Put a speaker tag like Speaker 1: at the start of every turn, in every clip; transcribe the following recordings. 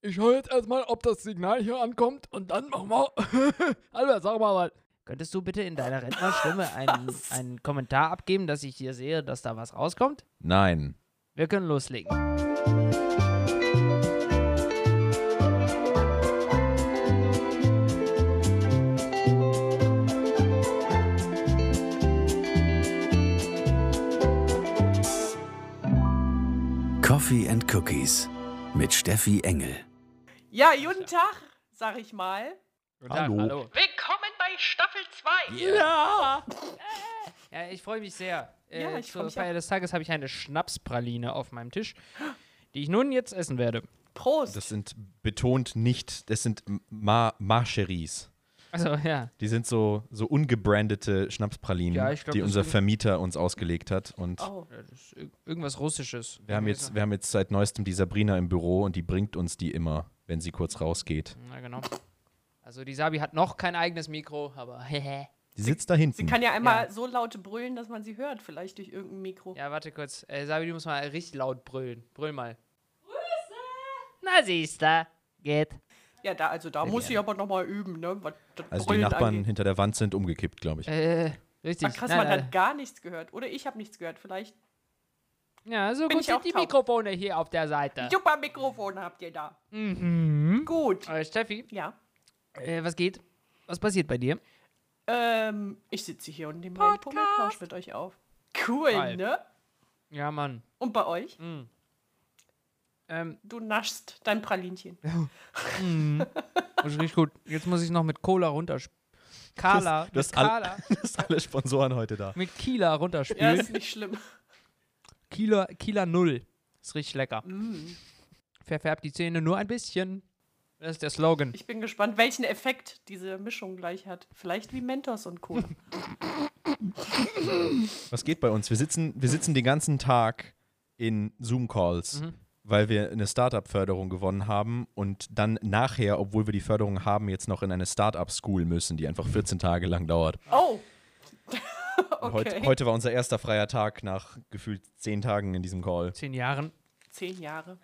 Speaker 1: Ich höre jetzt erstmal, ob das Signal hier ankommt und dann machen wir. Albert, sag mal was.
Speaker 2: Könntest du bitte in deiner Rentnerstimme einen, einen Kommentar abgeben, dass ich hier sehe, dass da was rauskommt?
Speaker 3: Nein.
Speaker 2: Wir können loslegen.
Speaker 4: Coffee and Cookies mit Steffi Engel.
Speaker 5: Ja, guten Tag, sag ich mal.
Speaker 2: Guten Tag,
Speaker 3: Hallo.
Speaker 2: hallo.
Speaker 6: Willkommen bei Staffel 2.
Speaker 5: Ja.
Speaker 2: Ja, ich freue mich sehr. Äh,
Speaker 5: Ja, ich freu
Speaker 2: zur
Speaker 5: mich
Speaker 2: Feier des Tages habe ich eine Schnapspraline auf meinem Tisch, die ich nun jetzt essen werde.
Speaker 5: Prost.
Speaker 3: Das sind betont nicht, das sind Ma Marcheries.
Speaker 2: Also, ja.
Speaker 3: Die sind so, so ungebrandete Schnapspralinen,
Speaker 2: Ja, ich glaub,
Speaker 3: die
Speaker 2: das
Speaker 3: unser
Speaker 2: sind-
Speaker 3: Vermieter uns ausgelegt hat. Und
Speaker 5: oh.
Speaker 2: Das ist ir- irgendwas Russisches.
Speaker 3: wir, haben jetzt, wir haben jetzt seit neuestem die Sabrina im Büro und die bringt uns die immer, wenn sie kurz rausgeht.
Speaker 2: Ja, genau. Also, die Sabi hat noch kein eigenes Mikro, aber hehe.
Speaker 3: Die sitzt da hinten.
Speaker 5: Sie kann ja einmal
Speaker 2: Ja.
Speaker 5: so laut brüllen, dass man sie hört, vielleicht durch irgendein Mikro.
Speaker 2: Ja, warte kurz. Äh, Sabi, du musst mal richtig laut brüllen. Brüll mal. Na, siehst du. Geht.
Speaker 5: Ja, da, also da muss ich aber nochmal üben, ne? Was das
Speaker 3: also die
Speaker 5: Brüllen
Speaker 3: Nachbarn
Speaker 5: angeht.
Speaker 3: hinter der Wand sind umgekippt, glaube ich.
Speaker 2: Äh, richtig.
Speaker 5: Ah, krass,
Speaker 2: Nein,
Speaker 5: man
Speaker 2: nein.
Speaker 5: hat gar nichts gehört. Oder ich habe nichts gehört. Vielleicht.
Speaker 2: Ja, so
Speaker 5: Bin
Speaker 2: gut
Speaker 5: ich auch
Speaker 2: sind die
Speaker 5: taub.
Speaker 2: Mikrofone hier auf der Seite.
Speaker 5: Super Mikrofon habt ihr da.
Speaker 2: Mhm.
Speaker 5: Gut.
Speaker 2: Äh, Steffi,
Speaker 5: Ja.
Speaker 2: äh, was geht? Was passiert bei dir?
Speaker 5: Ähm, ich sitze hier und nehme meinen Pummelplausch mit euch auf. Cool,
Speaker 2: Geil.
Speaker 5: ne?
Speaker 2: Ja, Mann.
Speaker 5: Und bei euch?
Speaker 2: Ähm,
Speaker 5: Du naschst dein Pralinchen.
Speaker 2: das ist richtig gut. Jetzt muss ich noch mit Cola runterspielen. Kala,
Speaker 3: das
Speaker 2: mit
Speaker 3: all-
Speaker 2: Kala,
Speaker 3: Das sind alle Sponsoren heute da.
Speaker 2: mit Kila
Speaker 5: Ja,
Speaker 2: runterspielen.
Speaker 5: ist nicht schlimm.
Speaker 2: Kieler, Kieler Null. Ist richtig lecker.
Speaker 5: Mm.
Speaker 2: Verfärbt die Zähne nur ein bisschen. Das ist der Slogan.
Speaker 5: Ich bin gespannt, welchen Effekt diese Mischung gleich hat. Vielleicht wie Mentos und Cola.
Speaker 3: Was geht bei uns? Wir sitzen, wir sitzen den ganzen Tag in Zoom-Calls, weil wir eine Startup-Förderung gewonnen haben und dann nachher, obwohl wir die Förderung haben, jetzt noch in eine Startup-School müssen, die einfach 14 Tage lang dauert.
Speaker 5: Oh!
Speaker 3: Und
Speaker 5: okay.
Speaker 3: Heute, heute war unser erster freier Tag nach gefühlt 10 Tagen in diesem Call.
Speaker 2: Zehn Jahren.
Speaker 5: Zehn Jahre.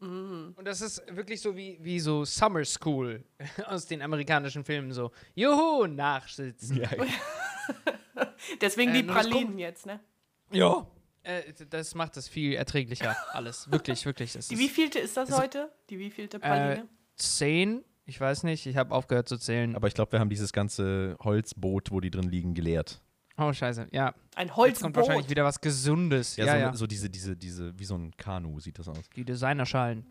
Speaker 2: Und das ist wirklich so wie, wie so Summer School aus den amerikanischen Filmen. So, juhu, nachsitzen.
Speaker 3: Ja,
Speaker 5: Deswegen
Speaker 2: Äh,
Speaker 5: die
Speaker 2: nur das
Speaker 5: Pralinen jetzt, ne?
Speaker 2: Ja. Äh, d- das macht es viel erträglicher, alles. Wirklich, wirklich. Das
Speaker 5: Die
Speaker 2: ist
Speaker 5: wievielte ist das heute? Die wievielte Praline?
Speaker 2: äh, zehn, ich weiß nicht, ich habe aufgehört zu zählen.
Speaker 3: Aber ich glaube, wir haben dieses ganze Holzboot, wo die drin liegen, geleert.
Speaker 2: Oh, scheiße, ja.
Speaker 5: Ein
Speaker 2: Jetzt kommt wahrscheinlich
Speaker 5: Holzboot.
Speaker 2: wieder was Gesundes. Ja,
Speaker 3: so,
Speaker 2: ja.
Speaker 3: so diese, diese, diese, wie so ein Kanu sieht das aus.
Speaker 2: Die Designerschalen.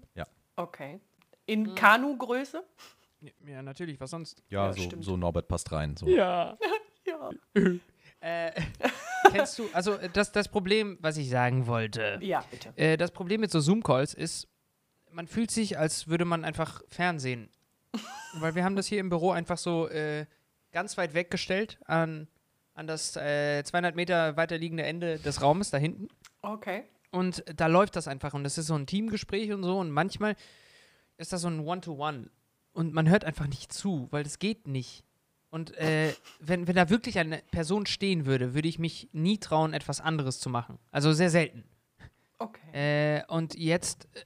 Speaker 5: Okay. In
Speaker 2: Mhm.
Speaker 5: Kanugröße?
Speaker 2: Ja, natürlich, was sonst?
Speaker 3: Ja,
Speaker 5: Ja,
Speaker 3: so,
Speaker 5: stimmt.
Speaker 3: so Norbert passt rein. So.
Speaker 1: Ja.
Speaker 5: Ja.
Speaker 2: Äh, kennst du, also äh, das, das Problem, was ich sagen wollte,
Speaker 5: Ja, bitte.
Speaker 2: äh, das Problem mit so Zoom-Calls ist, man fühlt sich, als würde man einfach Fernsehen. Weil wir haben das hier im Büro einfach so äh, ganz weit weggestellt an, an das äh, 200 Meter weiterliegende Ende des Raumes da hinten.
Speaker 5: Okay.
Speaker 2: Und da läuft das einfach. Und das ist so ein Teamgespräch und so. Und manchmal ist das so ein One-to-One. Und man hört einfach nicht zu, weil das geht nicht. Und äh, wenn, wenn da wirklich eine Person stehen würde, würde ich mich nie trauen, etwas anderes zu machen. Also sehr selten.
Speaker 5: Okay.
Speaker 2: Äh, und jetzt äh, äh,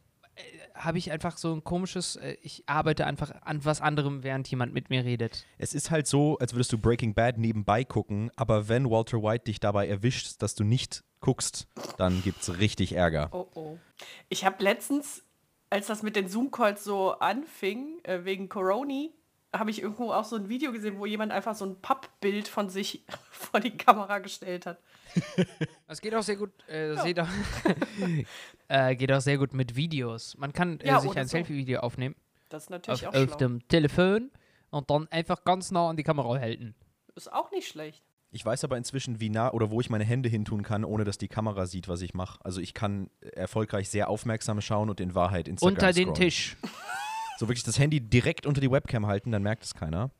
Speaker 2: habe ich einfach so ein komisches, äh, ich arbeite einfach an was anderem, während jemand mit mir redet.
Speaker 3: Es ist halt so, als würdest du Breaking Bad nebenbei gucken, aber wenn Walter White dich dabei erwischt, dass du nicht guckst, dann gibt's richtig Ärger.
Speaker 5: Oh oh. Ich habe letztens, als das mit den Zoom-Calls so anfing, äh, wegen Coroni, habe ich irgendwo auch so ein Video gesehen, wo jemand einfach so ein Pappbild von sich vor die Kamera gestellt hat.
Speaker 2: Das geht auch sehr gut, äh, das geht, auch, äh, geht auch sehr gut mit Videos. Man kann äh,
Speaker 5: Ja,
Speaker 2: sich
Speaker 5: oder
Speaker 2: ein
Speaker 5: so.
Speaker 2: Selfie-Video aufnehmen.
Speaker 5: Das ist
Speaker 2: auf,
Speaker 5: natürlich auch
Speaker 2: auf
Speaker 5: schlau.
Speaker 2: dem Telefon und dann einfach ganz nah an die Kamera halten.
Speaker 5: Ist auch nicht schlecht.
Speaker 3: Ich weiß aber inzwischen, wie nah oder wo ich meine Hände hintun kann, ohne dass die Kamera sieht, was ich mache. Also ich kann erfolgreich sehr aufmerksam schauen und in Wahrheit Instagram
Speaker 2: Unter den
Speaker 3: scrollen.
Speaker 2: Tisch.
Speaker 3: So wirklich das Handy direkt unter die Webcam halten, dann merkt es keiner.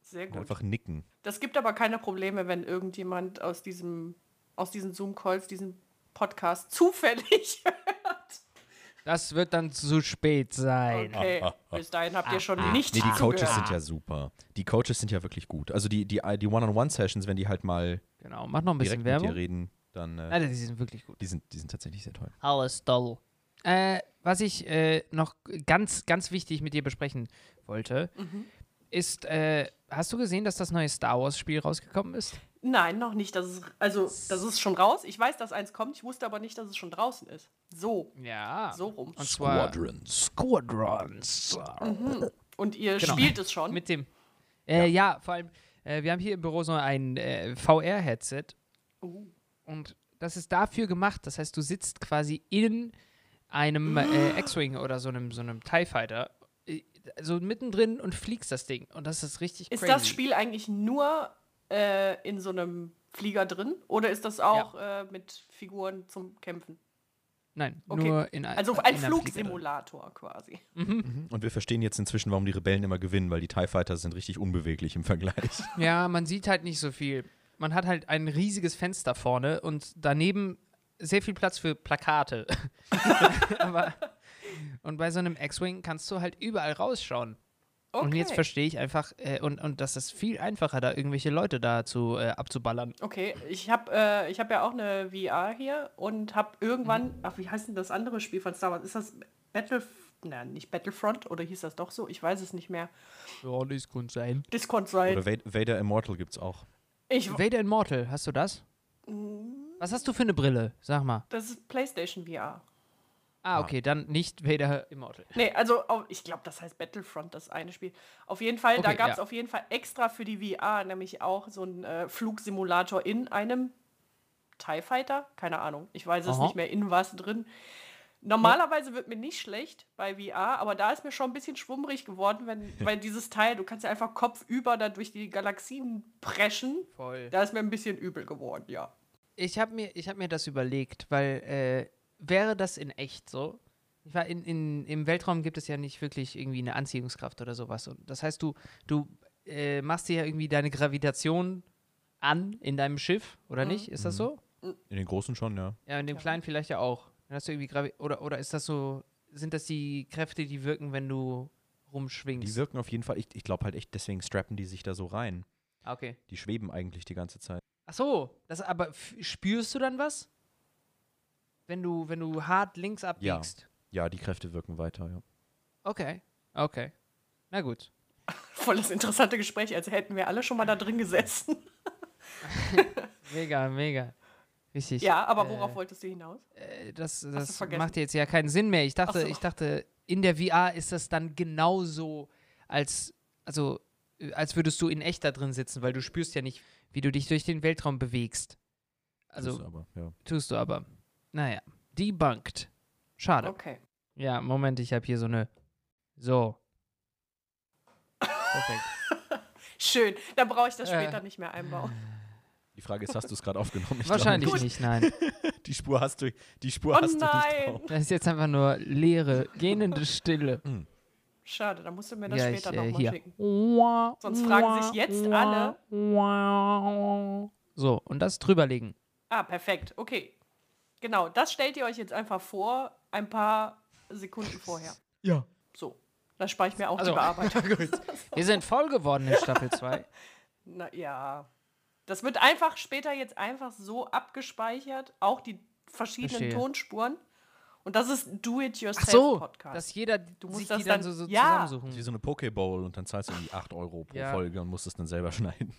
Speaker 5: Sehr
Speaker 3: Und
Speaker 5: gut.
Speaker 3: einfach nicken.
Speaker 5: Das gibt aber keine Probleme, wenn irgendjemand aus diesem, aus diesen Zoom-Calls, diesen Podcast zufällig.
Speaker 2: Das wird dann zu spät sein.
Speaker 5: Okay, bis dahin habt ihr
Speaker 2: Ah,
Speaker 5: schon nichts
Speaker 3: Nee, die Coaches
Speaker 5: zugehört.
Speaker 3: sind ja super. Die Coaches sind ja wirklich gut. Also die, die, die One-on-One-Sessions, wenn die halt mal
Speaker 2: Genau, mach noch ein bisschen
Speaker 3: direkt mit dir
Speaker 2: Werbung.
Speaker 3: reden, dann äh,
Speaker 2: Nein, die sind wirklich gut.
Speaker 3: die, sind, die sind tatsächlich sehr toll.
Speaker 2: Alles toll. äh, was ich äh, noch ganz, ganz wichtig mit dir besprechen wollte,
Speaker 5: Mhm.
Speaker 2: ist, äh, hast du gesehen, dass das neue Star Wars-Spiel rausgekommen ist?
Speaker 5: Nein, noch nicht. Das ist, also, das ist schon raus. Ich weiß, dass eins kommt. Ich wusste aber nicht, dass es schon draußen ist. So,
Speaker 2: Ja.
Speaker 5: so rum.
Speaker 2: Und zwar
Speaker 1: Squadrons.
Speaker 5: Und ihr
Speaker 2: Genau.
Speaker 5: spielt es schon.
Speaker 2: mit dem. Äh, ja. vor allem, äh, wir haben hier im Büro so ein äh, VR-Headset.
Speaker 5: Oh.
Speaker 2: Und das ist dafür gemacht. Das heißt, du sitzt quasi in einem
Speaker 5: Ah.
Speaker 2: äh, X-Wing oder so einem, so einem TIE Fighter. äh, So mittendrin und fliegst das Ding. Und das ist richtig
Speaker 5: ist
Speaker 2: crazy.
Speaker 5: das Spiel eigentlich nur äh, in so einem Flieger drin? Oder ist das auch äh, mit Figuren zum Kämpfen?
Speaker 2: Nein,
Speaker 5: Okay.
Speaker 2: nur in einem
Speaker 5: Also
Speaker 2: Äh, in
Speaker 5: ein
Speaker 2: einem Flieger drin.
Speaker 5: Flugsimulator quasi.
Speaker 3: Und wir verstehen jetzt inzwischen, warum die Rebellen immer gewinnen, weil die TIE Fighter sind richtig unbeweglich im Vergleich.
Speaker 2: Ja, man sieht halt nicht so viel. Man hat halt ein riesiges Fenster vorne und daneben sehr viel Platz für Plakate. Aber, und bei so einem X-Wing kannst du halt überall rausschauen. Und jetzt
Speaker 5: Okay.
Speaker 2: verstehe ich einfach, äh, und, und das ist viel einfacher, da irgendwelche Leute dazu äh, abzuballern.
Speaker 5: Okay, ich habe äh, ich hab ja auch eine VR hier und habe irgendwann, ach, wie heißt denn das andere Spiel von Star Wars? Ist das Battle, nein, nicht Battlefront oder hieß das doch so? Ich weiß es nicht mehr.
Speaker 2: Ja, das kann sein.
Speaker 5: Discord sein.
Speaker 3: Oder Va- Vader Immortal gibt's auch.
Speaker 5: Ich,
Speaker 2: Vader Immortal, hast du das?
Speaker 5: Mm.
Speaker 2: Was hast du für eine Brille? Sag mal.
Speaker 5: das ist PlayStation VR.
Speaker 2: Ah, okay, dann nicht Vader Immortal.
Speaker 5: Nee, also au- ich glaube, das heißt Battlefront, das eine Spiel. Auf jeden Fall, da
Speaker 2: Okay,
Speaker 5: gab es
Speaker 2: ja.
Speaker 5: auf jeden Fall extra für die VR, nämlich auch so einen äh, Flugsimulator in einem TIE Fighter. Keine Ahnung, ich weiß es
Speaker 2: Aha.
Speaker 5: nicht mehr, in was drin. Normalerweise wird mir nicht schlecht bei VR, aber da ist mir schon ein bisschen schwummrig geworden, wenn, weil dieses Teil, du kannst ja einfach kopfüber da durch die Galaxien preschen.
Speaker 2: Voll.
Speaker 5: Da ist mir ein bisschen übel geworden, ja.
Speaker 2: Ich habe mir, ich hab mir das überlegt, weil äh, wäre das in echt so? Ich war in, in, Im Weltraum gibt es ja nicht wirklich irgendwie eine Anziehungskraft oder sowas. Und das heißt, du, du äh, machst dir ja irgendwie deine Gravitation an in deinem Schiff, oder nicht? Ist das so?
Speaker 3: In den großen schon, ja.
Speaker 2: Ja, in dem kleinen vielleicht ja auch. Dann hast du irgendwie Gravi oder, oder ist das so, sind das die Kräfte, die wirken, wenn du
Speaker 3: Die
Speaker 2: rumschwingst?
Speaker 3: wirken auf jeden Fall, ich, ich glaube halt echt, deswegen strappen die sich da so rein.
Speaker 2: ah, okay.
Speaker 3: Die schweben eigentlich die ganze Zeit.
Speaker 2: Ach so, das aber f- spürst du dann was? Wenn du, wenn du hart links abbiegst?
Speaker 3: Ja, die Kräfte wirken weiter, ja.
Speaker 2: Okay, okay. Na gut.
Speaker 5: Voll das interessante Gespräch, als hätten wir alle schon mal da drin gesessen.
Speaker 2: Mega, mega. Richtig.
Speaker 5: Ja, aber worauf wolltest du hinaus?
Speaker 2: Äh, das
Speaker 5: du
Speaker 2: das
Speaker 5: vergessen?
Speaker 2: macht jetzt ja keinen Sinn mehr. Ich dachte,
Speaker 5: Ach so.
Speaker 2: ich dachte, in der VR ist das dann genauso als, also, äh, als würdest du in echt da drin sitzen, weil du spürst ja nicht, wie du dich durch den Weltraum bewegst. Also
Speaker 3: Das ist aber, ja.
Speaker 2: tust du aber. Naja. Debunked. Schade.
Speaker 5: Okay.
Speaker 2: Ja, Moment, ich habe hier so eine. So. Perfekt.
Speaker 5: Schön, dann brauche ich das
Speaker 2: Äh.
Speaker 5: später nicht mehr einbauen.
Speaker 3: Die Frage ist, hast du es gerade aufgenommen? Ich
Speaker 2: Wahrscheinlich
Speaker 3: glaube
Speaker 2: nicht, nein.
Speaker 3: nicht. Die Spur hast du, die Spur
Speaker 5: Oh
Speaker 3: hast du
Speaker 5: nein!
Speaker 3: nicht drauf.
Speaker 2: Das ist jetzt einfach nur leere, gähnende Stille.
Speaker 5: Schade, dann musst du mir das
Speaker 2: ich,
Speaker 5: später
Speaker 2: äh,
Speaker 5: nochmal
Speaker 2: hier.
Speaker 5: schicken.
Speaker 2: Sonst
Speaker 5: Sonst fragen sich jetzt alle.
Speaker 2: So, und das drüberlegen.
Speaker 5: Ah, perfekt, okay. Genau, das stellt ihr euch jetzt einfach vor, ein paar Sekunden vorher.
Speaker 1: Ja.
Speaker 5: So, dann spare ich mir auch
Speaker 2: Also,
Speaker 5: die Bearbeitung.
Speaker 2: Wir sind voll geworden in Staffel 2.
Speaker 5: Na, ja. Das wird einfach später jetzt einfach so abgespeichert, auch die verschiedenen
Speaker 2: Verstehe.
Speaker 5: Tonspuren. Und das ist
Speaker 2: Ach so,
Speaker 5: Do-It-Yourself-Podcast.
Speaker 2: dass jeder
Speaker 5: musst
Speaker 2: sich
Speaker 5: das
Speaker 2: die dann
Speaker 5: dann-
Speaker 2: so, so
Speaker 5: Ja.
Speaker 3: Das ist wie
Speaker 2: zusammensuchen.
Speaker 3: so eine Pokeball und dann zahlst du irgendwie 8 Euro pro
Speaker 2: Ja.
Speaker 3: Folge und musst es dann selber schneiden.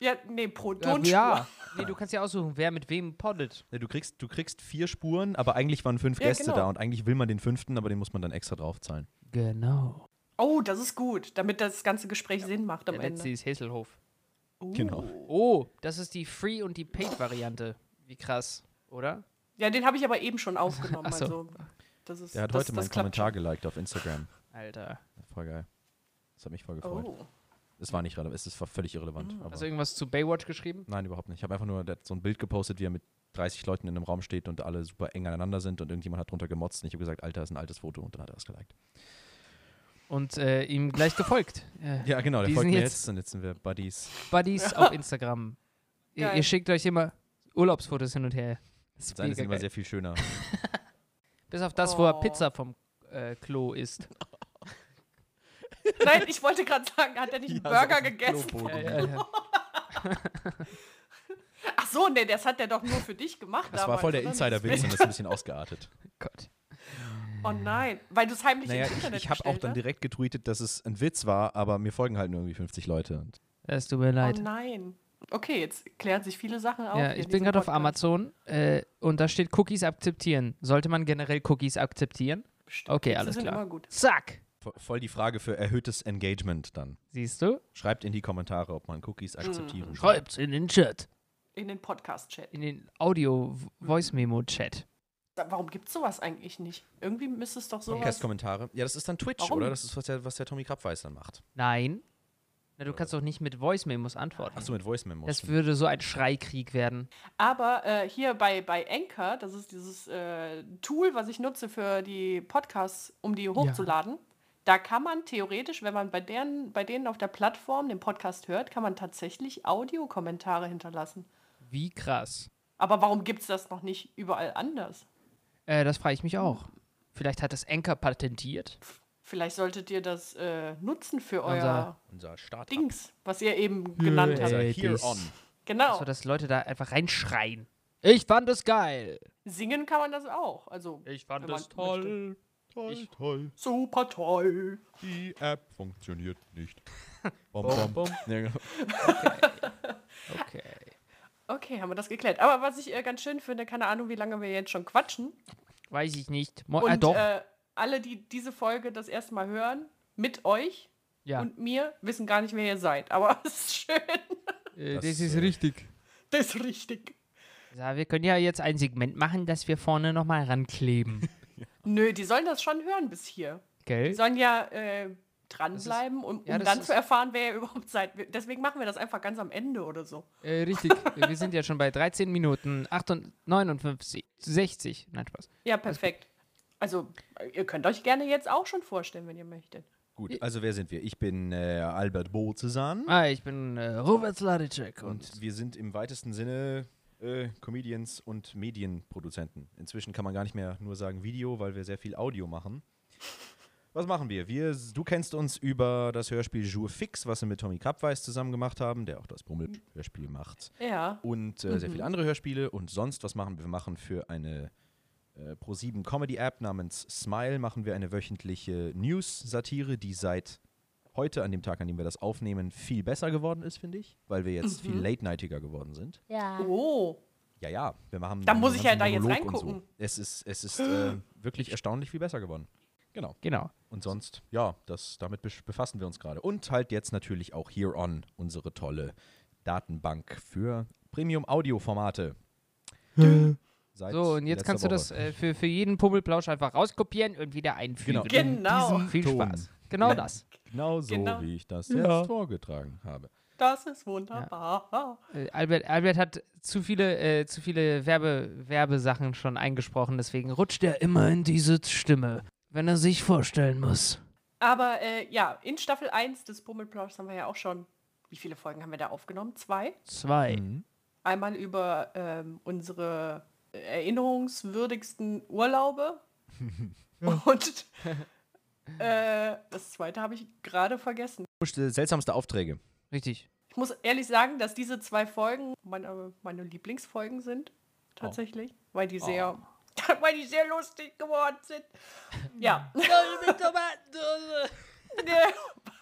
Speaker 5: ja, nee, pro
Speaker 2: Ja,
Speaker 5: Tonspur.
Speaker 2: ja. Nee, du kannst ja aussuchen, wer mit wem poddet.
Speaker 3: Ja, Du kriegst, du kriegst vier Spuren, aber eigentlich waren fünf
Speaker 5: Ja,
Speaker 3: Gäste
Speaker 5: genau.
Speaker 3: da und eigentlich will man den fünften, aber den muss man dann extra draufzahlen.
Speaker 2: Genau.
Speaker 5: Oh, das ist gut, damit das ganze Gespräch Sinn macht am
Speaker 2: Der letzte
Speaker 5: Ende.
Speaker 2: ist Hesselhof.
Speaker 3: Genau.
Speaker 2: Oh, das ist die Free- und die Paid-Variante. Wie krass, oder?
Speaker 5: Ja, den habe ich aber eben schon aufgenommen.
Speaker 2: Ach so.
Speaker 5: Also, das ist,
Speaker 3: Der hat
Speaker 5: das,
Speaker 3: heute
Speaker 5: das
Speaker 3: meinen
Speaker 5: klappt
Speaker 3: Kommentar geliked auf Instagram.
Speaker 2: Alter.
Speaker 3: Voll geil. Das hat mich voll
Speaker 5: schon.
Speaker 3: gefreut.
Speaker 5: Oh. Mhm. Also
Speaker 3: Es war nicht relevant, es ist war völlig irrelevant. Aber
Speaker 2: Hast du irgendwas zu Baywatch geschrieben?
Speaker 3: nein, überhaupt nicht. Ich habe einfach nur der hat so ein Bild gepostet, wie er mit 30 Leuten in einem Raum steht und alle super eng aneinander sind und irgendjemand hat drunter gemotzt und ich habe gesagt, Alter, ist ein altes Foto und dann hat er das geliked.
Speaker 2: Und äh, ihm gleich gefolgt. Äh,
Speaker 3: Ja, genau, der
Speaker 2: Die
Speaker 3: folgt
Speaker 2: sind
Speaker 3: mir
Speaker 2: jetzt-
Speaker 3: jetzt und jetzt sind wir Buddies.
Speaker 2: Buddies auf Instagram. Ihr,
Speaker 5: Geil.
Speaker 2: ihr schickt euch immer Urlaubsfotos hin und her. Das ist
Speaker 3: Seine
Speaker 2: mega
Speaker 3: sind immer
Speaker 2: geil.
Speaker 3: sehr viel schöner.
Speaker 2: Bis auf das, wo er
Speaker 5: Oh.
Speaker 2: Pizza vom äh, Klo isst.
Speaker 5: Oh. Nein, ich wollte gerade sagen, hat er nicht einen
Speaker 3: Ja, so
Speaker 5: Burger
Speaker 3: auf dem
Speaker 5: gegessen?
Speaker 3: Klobogen.
Speaker 2: Äh,
Speaker 5: Ach so, nee, das hat er doch nur für dich gemacht.
Speaker 3: Das war voll der
Speaker 5: damals, oder?
Speaker 3: Insider-Witz und das ist ein bisschen ausgeartet.
Speaker 2: Gott.
Speaker 5: Oh nein, weil du es heimlich
Speaker 3: Naja,
Speaker 5: ins
Speaker 3: ich,
Speaker 5: Internet
Speaker 3: ich habe auch
Speaker 5: gestellt ne?
Speaker 3: dann
Speaker 5: hast?
Speaker 3: direkt getweetet, dass es ein Witz war, aber mir folgen halt nur irgendwie 50 Leute. Und
Speaker 2: Es tut mir leid.
Speaker 5: Oh nein. Okay, jetzt klären sich viele Sachen auf.
Speaker 2: ja,
Speaker 5: hier in
Speaker 2: ich bin
Speaker 5: diesem
Speaker 2: gerade auf
Speaker 5: Podcast.
Speaker 2: Amazon äh, und da steht Cookies akzeptieren. Sollte man generell Cookies akzeptieren?
Speaker 5: Stimmt,
Speaker 2: Okay,
Speaker 5: Witze
Speaker 2: alles
Speaker 5: sind
Speaker 2: klar.
Speaker 5: Immer gut.
Speaker 2: Zack!
Speaker 3: vo- voll die Frage für erhöhtes Engagement dann.
Speaker 2: Siehst du?
Speaker 3: Schreibt in die Kommentare, ob man Cookies akzeptieren soll.
Speaker 2: Schreibt's in den Chat.
Speaker 5: In den Podcast-Chat.
Speaker 2: In den Audio-Voice-Memo-Chat.
Speaker 5: Warum gibt es sowas eigentlich nicht? Irgendwie müsste es doch sowas.
Speaker 3: Podcast-Kommentare. Ja, das ist dann Twitch,
Speaker 5: Warum?
Speaker 3: oder? Das ist, was der, was der Tommy Krabweis dann macht.
Speaker 2: Nein. Na, du kannst doch nicht mit Voice-Memos antworten.
Speaker 3: Achso, mit Voice-Memos.
Speaker 2: Das würde so ein Schreikrieg werden.
Speaker 5: Aber äh, hier bei, bei Anchor, das ist dieses äh, Tool, was ich nutze für die Podcasts, um die hochzuladen. Da kann man theoretisch, wenn man bei denen, bei denen auf der Plattform den Podcast hört, kann man tatsächlich Audiokommentare hinterlassen.
Speaker 2: Wie krass.
Speaker 5: Aber warum gibt es das noch nicht überall anders?
Speaker 2: Äh, das frage ich mich auch. Vielleicht hat das Enker patentiert.
Speaker 5: Vielleicht solltet ihr das äh, nutzen für euer
Speaker 2: Unser-
Speaker 3: Unser Start.
Speaker 5: Dings, was ihr eben genannt habt.
Speaker 3: Unser
Speaker 2: Ey,
Speaker 3: Here
Speaker 2: dies-
Speaker 3: on.
Speaker 5: Genau.
Speaker 2: So, Äh, dass Leute da einfach reinschreien. Ich fand es geil.
Speaker 5: Singen kann man das auch. Also,
Speaker 2: Ich fand
Speaker 5: Wenn man
Speaker 2: es toll.
Speaker 3: Toll, toll.
Speaker 5: super toll.
Speaker 3: Die App funktioniert nicht. Bom, bom, bom. Ja, genau.
Speaker 2: Okay.
Speaker 5: Okay, haben wir das geklärt. Aber was ich äh, ganz schön finde, keine Ahnung, wie lange wir jetzt schon quatschen.
Speaker 2: Weiß ich nicht. Mo
Speaker 5: Und
Speaker 2: ah, doch.
Speaker 5: Äh, alle, die diese Folge das erste Mal hören, mit euch
Speaker 2: ja.
Speaker 5: und mir, wissen gar nicht, wer ihr seid. Aber es ist schön.
Speaker 2: Äh,
Speaker 3: das,
Speaker 2: das, ist
Speaker 3: äh,
Speaker 2: richtig.
Speaker 5: Das ist richtig.
Speaker 2: Ja, wir können ja jetzt ein Segment machen, dass wir vorne nochmal rankleben.
Speaker 5: Nö, die sollen das schon hören bis hier. Die
Speaker 2: Gell?
Speaker 5: sollen ja äh, dranbleiben, um, um
Speaker 2: ja, das
Speaker 5: dann
Speaker 2: ist-
Speaker 5: zu erfahren, wer ihr überhaupt seid. Wir- Deswegen machen wir das einfach ganz am Ende oder so.
Speaker 2: Äh, richtig. wir sind ja schon bei 13 Minuten 58, 59, 60. Nein, Spaß.
Speaker 5: Ja, perfekt. Also, äh, ihr könnt euch gerne jetzt auch schon vorstellen, wenn ihr möchtet.
Speaker 3: Gut, also wer sind wir? Ich bin äh, Albert Bozesan.
Speaker 2: Ah, ich bin äh, Robert Sladicek und
Speaker 3: Und wir sind im weitesten Sinne äh, Comedians und Medienproduzenten. Inzwischen kann man gar nicht mehr nur sagen Video, weil wir sehr viel Audio machen. Was machen wir? wir du kennst uns über das Hörspiel Jour Fix, was wir mit Tommy Kappweis zusammen gemacht haben, der auch das Bummel-Hörspiel macht.
Speaker 5: Ja.
Speaker 3: Und äh, sehr viele
Speaker 5: Mhm.
Speaker 3: andere Hörspiele. Und sonst, was machen wir? Wir machen für eine äh, Pro7 Comedy-App namens Smile machen wir eine wöchentliche News-Satire, die seit heute, an dem Tag, an dem wir das aufnehmen, viel besser geworden ist, finde ich, weil wir jetzt
Speaker 5: Mhm.
Speaker 3: viel late-nightiger geworden sind.
Speaker 5: Oh.
Speaker 3: Ja, ja, wir machen.
Speaker 5: Da
Speaker 3: einen
Speaker 5: muss ich ja
Speaker 3: ganzen
Speaker 5: da jetzt
Speaker 3: Monolog und
Speaker 5: reingucken.
Speaker 3: So. Es ist, es ist äh, wirklich erstaunlich viel besser geworden. Genau.
Speaker 2: genau.
Speaker 3: Und sonst, ja, das, damit besch- befassen wir uns gerade. Und halt jetzt natürlich auch hier on unsere tolle Datenbank für Premium-Audio-Formate. Seit
Speaker 2: So, und jetzt
Speaker 3: letzter
Speaker 2: kannst du das
Speaker 3: Woche.
Speaker 2: äh, für, für jeden Pummelplausch einfach rauskopieren und wieder einfügen.
Speaker 3: Genau.
Speaker 5: Genau.
Speaker 3: In diesem
Speaker 2: Viel
Speaker 3: Ton.
Speaker 2: Spaß. Genau das.
Speaker 3: Genau so,
Speaker 5: Genau.
Speaker 3: wie ich das
Speaker 2: Ja.
Speaker 3: jetzt vorgetragen habe.
Speaker 5: Das ist wunderbar.
Speaker 2: Äh, Albert, Albert hat zu viele, äh, zu viele Werbe, Werbesachen schon eingesprochen, deswegen rutscht er immer in diese Stimme, wenn er sich vorstellen muss.
Speaker 5: Aber äh, ja, in Staffel 1 des Bummelplauschs haben wir ja auch schon, wie viele Folgen haben wir da aufgenommen? Zwei.
Speaker 2: Zwei.
Speaker 3: Mhm.
Speaker 5: Einmal über ähm, unsere erinnerungswürdigsten Urlaube. Und äh, das zweite habe ich gerade vergessen.
Speaker 3: äh, Seltsamste Aufträge.
Speaker 2: Richtig.
Speaker 5: Ich muss ehrlich sagen, dass diese zwei Folgen meine, meine Lieblingsfolgen sind,
Speaker 2: Oh.
Speaker 5: tatsächlich, weil die sehr, weil die sehr lustig geworden sind. Ja. Nee,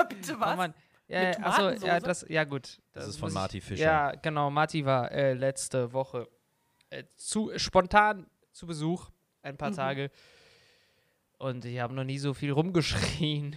Speaker 5: Bitte was?
Speaker 2: Oh Mann. Ja,
Speaker 5: Mit
Speaker 2: achso, ja,
Speaker 5: Tomatensoße?
Speaker 2: das, ja gut.
Speaker 3: Das ist
Speaker 2: muss
Speaker 3: von Marty
Speaker 2: ich,
Speaker 3: Fischer.
Speaker 2: Ja, genau. Marty war äh, letzte Woche äh, zu, spontan zu Besuch, ein paar Tage. Und ich habe noch nie so viel rumgeschrien.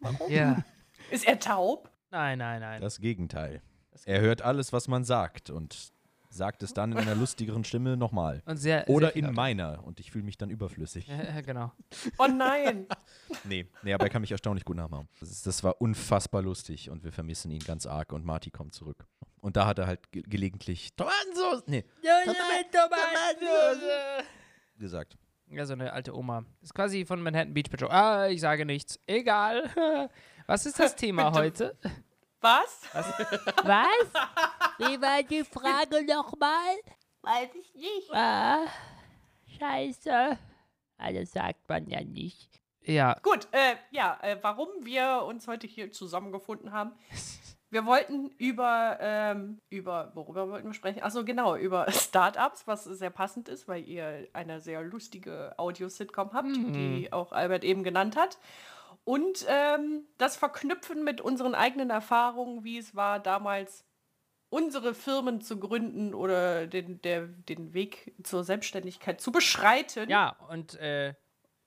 Speaker 2: Warum? Ja.
Speaker 5: Ist er taub?
Speaker 2: Nein, nein, nein.
Speaker 3: Das Gegenteil. Er hört alles, was man sagt und sagt es dann in einer lustigeren Stimme nochmal.
Speaker 2: Und sehr,
Speaker 3: Oder
Speaker 2: sehr viel
Speaker 3: in
Speaker 2: Auto.
Speaker 3: meiner und ich fühle mich dann überflüssig.
Speaker 2: Äh, genau.
Speaker 5: Oh nein.
Speaker 3: Nee, nee, aber er kann mich erstaunlich gut nachmachen. Das, ist, das war unfassbar lustig und wir vermissen ihn ganz arg und Marty kommt zurück. Und da hat er halt ge gelegentlich Tomatensauce, nee, gesagt.
Speaker 2: Ja, so eine alte Oma. Ist quasi von Manhattan Beach Patrol. Ah, ich sage nichts. Egal. Was ist das Thema heute?
Speaker 5: Was?
Speaker 7: Was? Wie war die Frage nochmal?
Speaker 5: Weiß ich nicht.
Speaker 7: Ah, scheiße. Alles sagt man ja nicht.
Speaker 2: Ja,
Speaker 5: Gut, äh, ja, äh, warum wir uns heute hier zusammengefunden haben, Wir wollten über, ähm, über, worüber wollten wir sprechen? Achso, genau, über Startups, was sehr passend ist, weil ihr eine sehr lustige Audio-Sitcom habt, die auch Albert eben genannt hat. Und ähm, das Verknüpfen mit unseren eigenen Erfahrungen, wie es war damals, unsere Firmen zu gründen oder den, der, den Weg zur Selbstständigkeit zu beschreiten.
Speaker 2: Ja, und äh,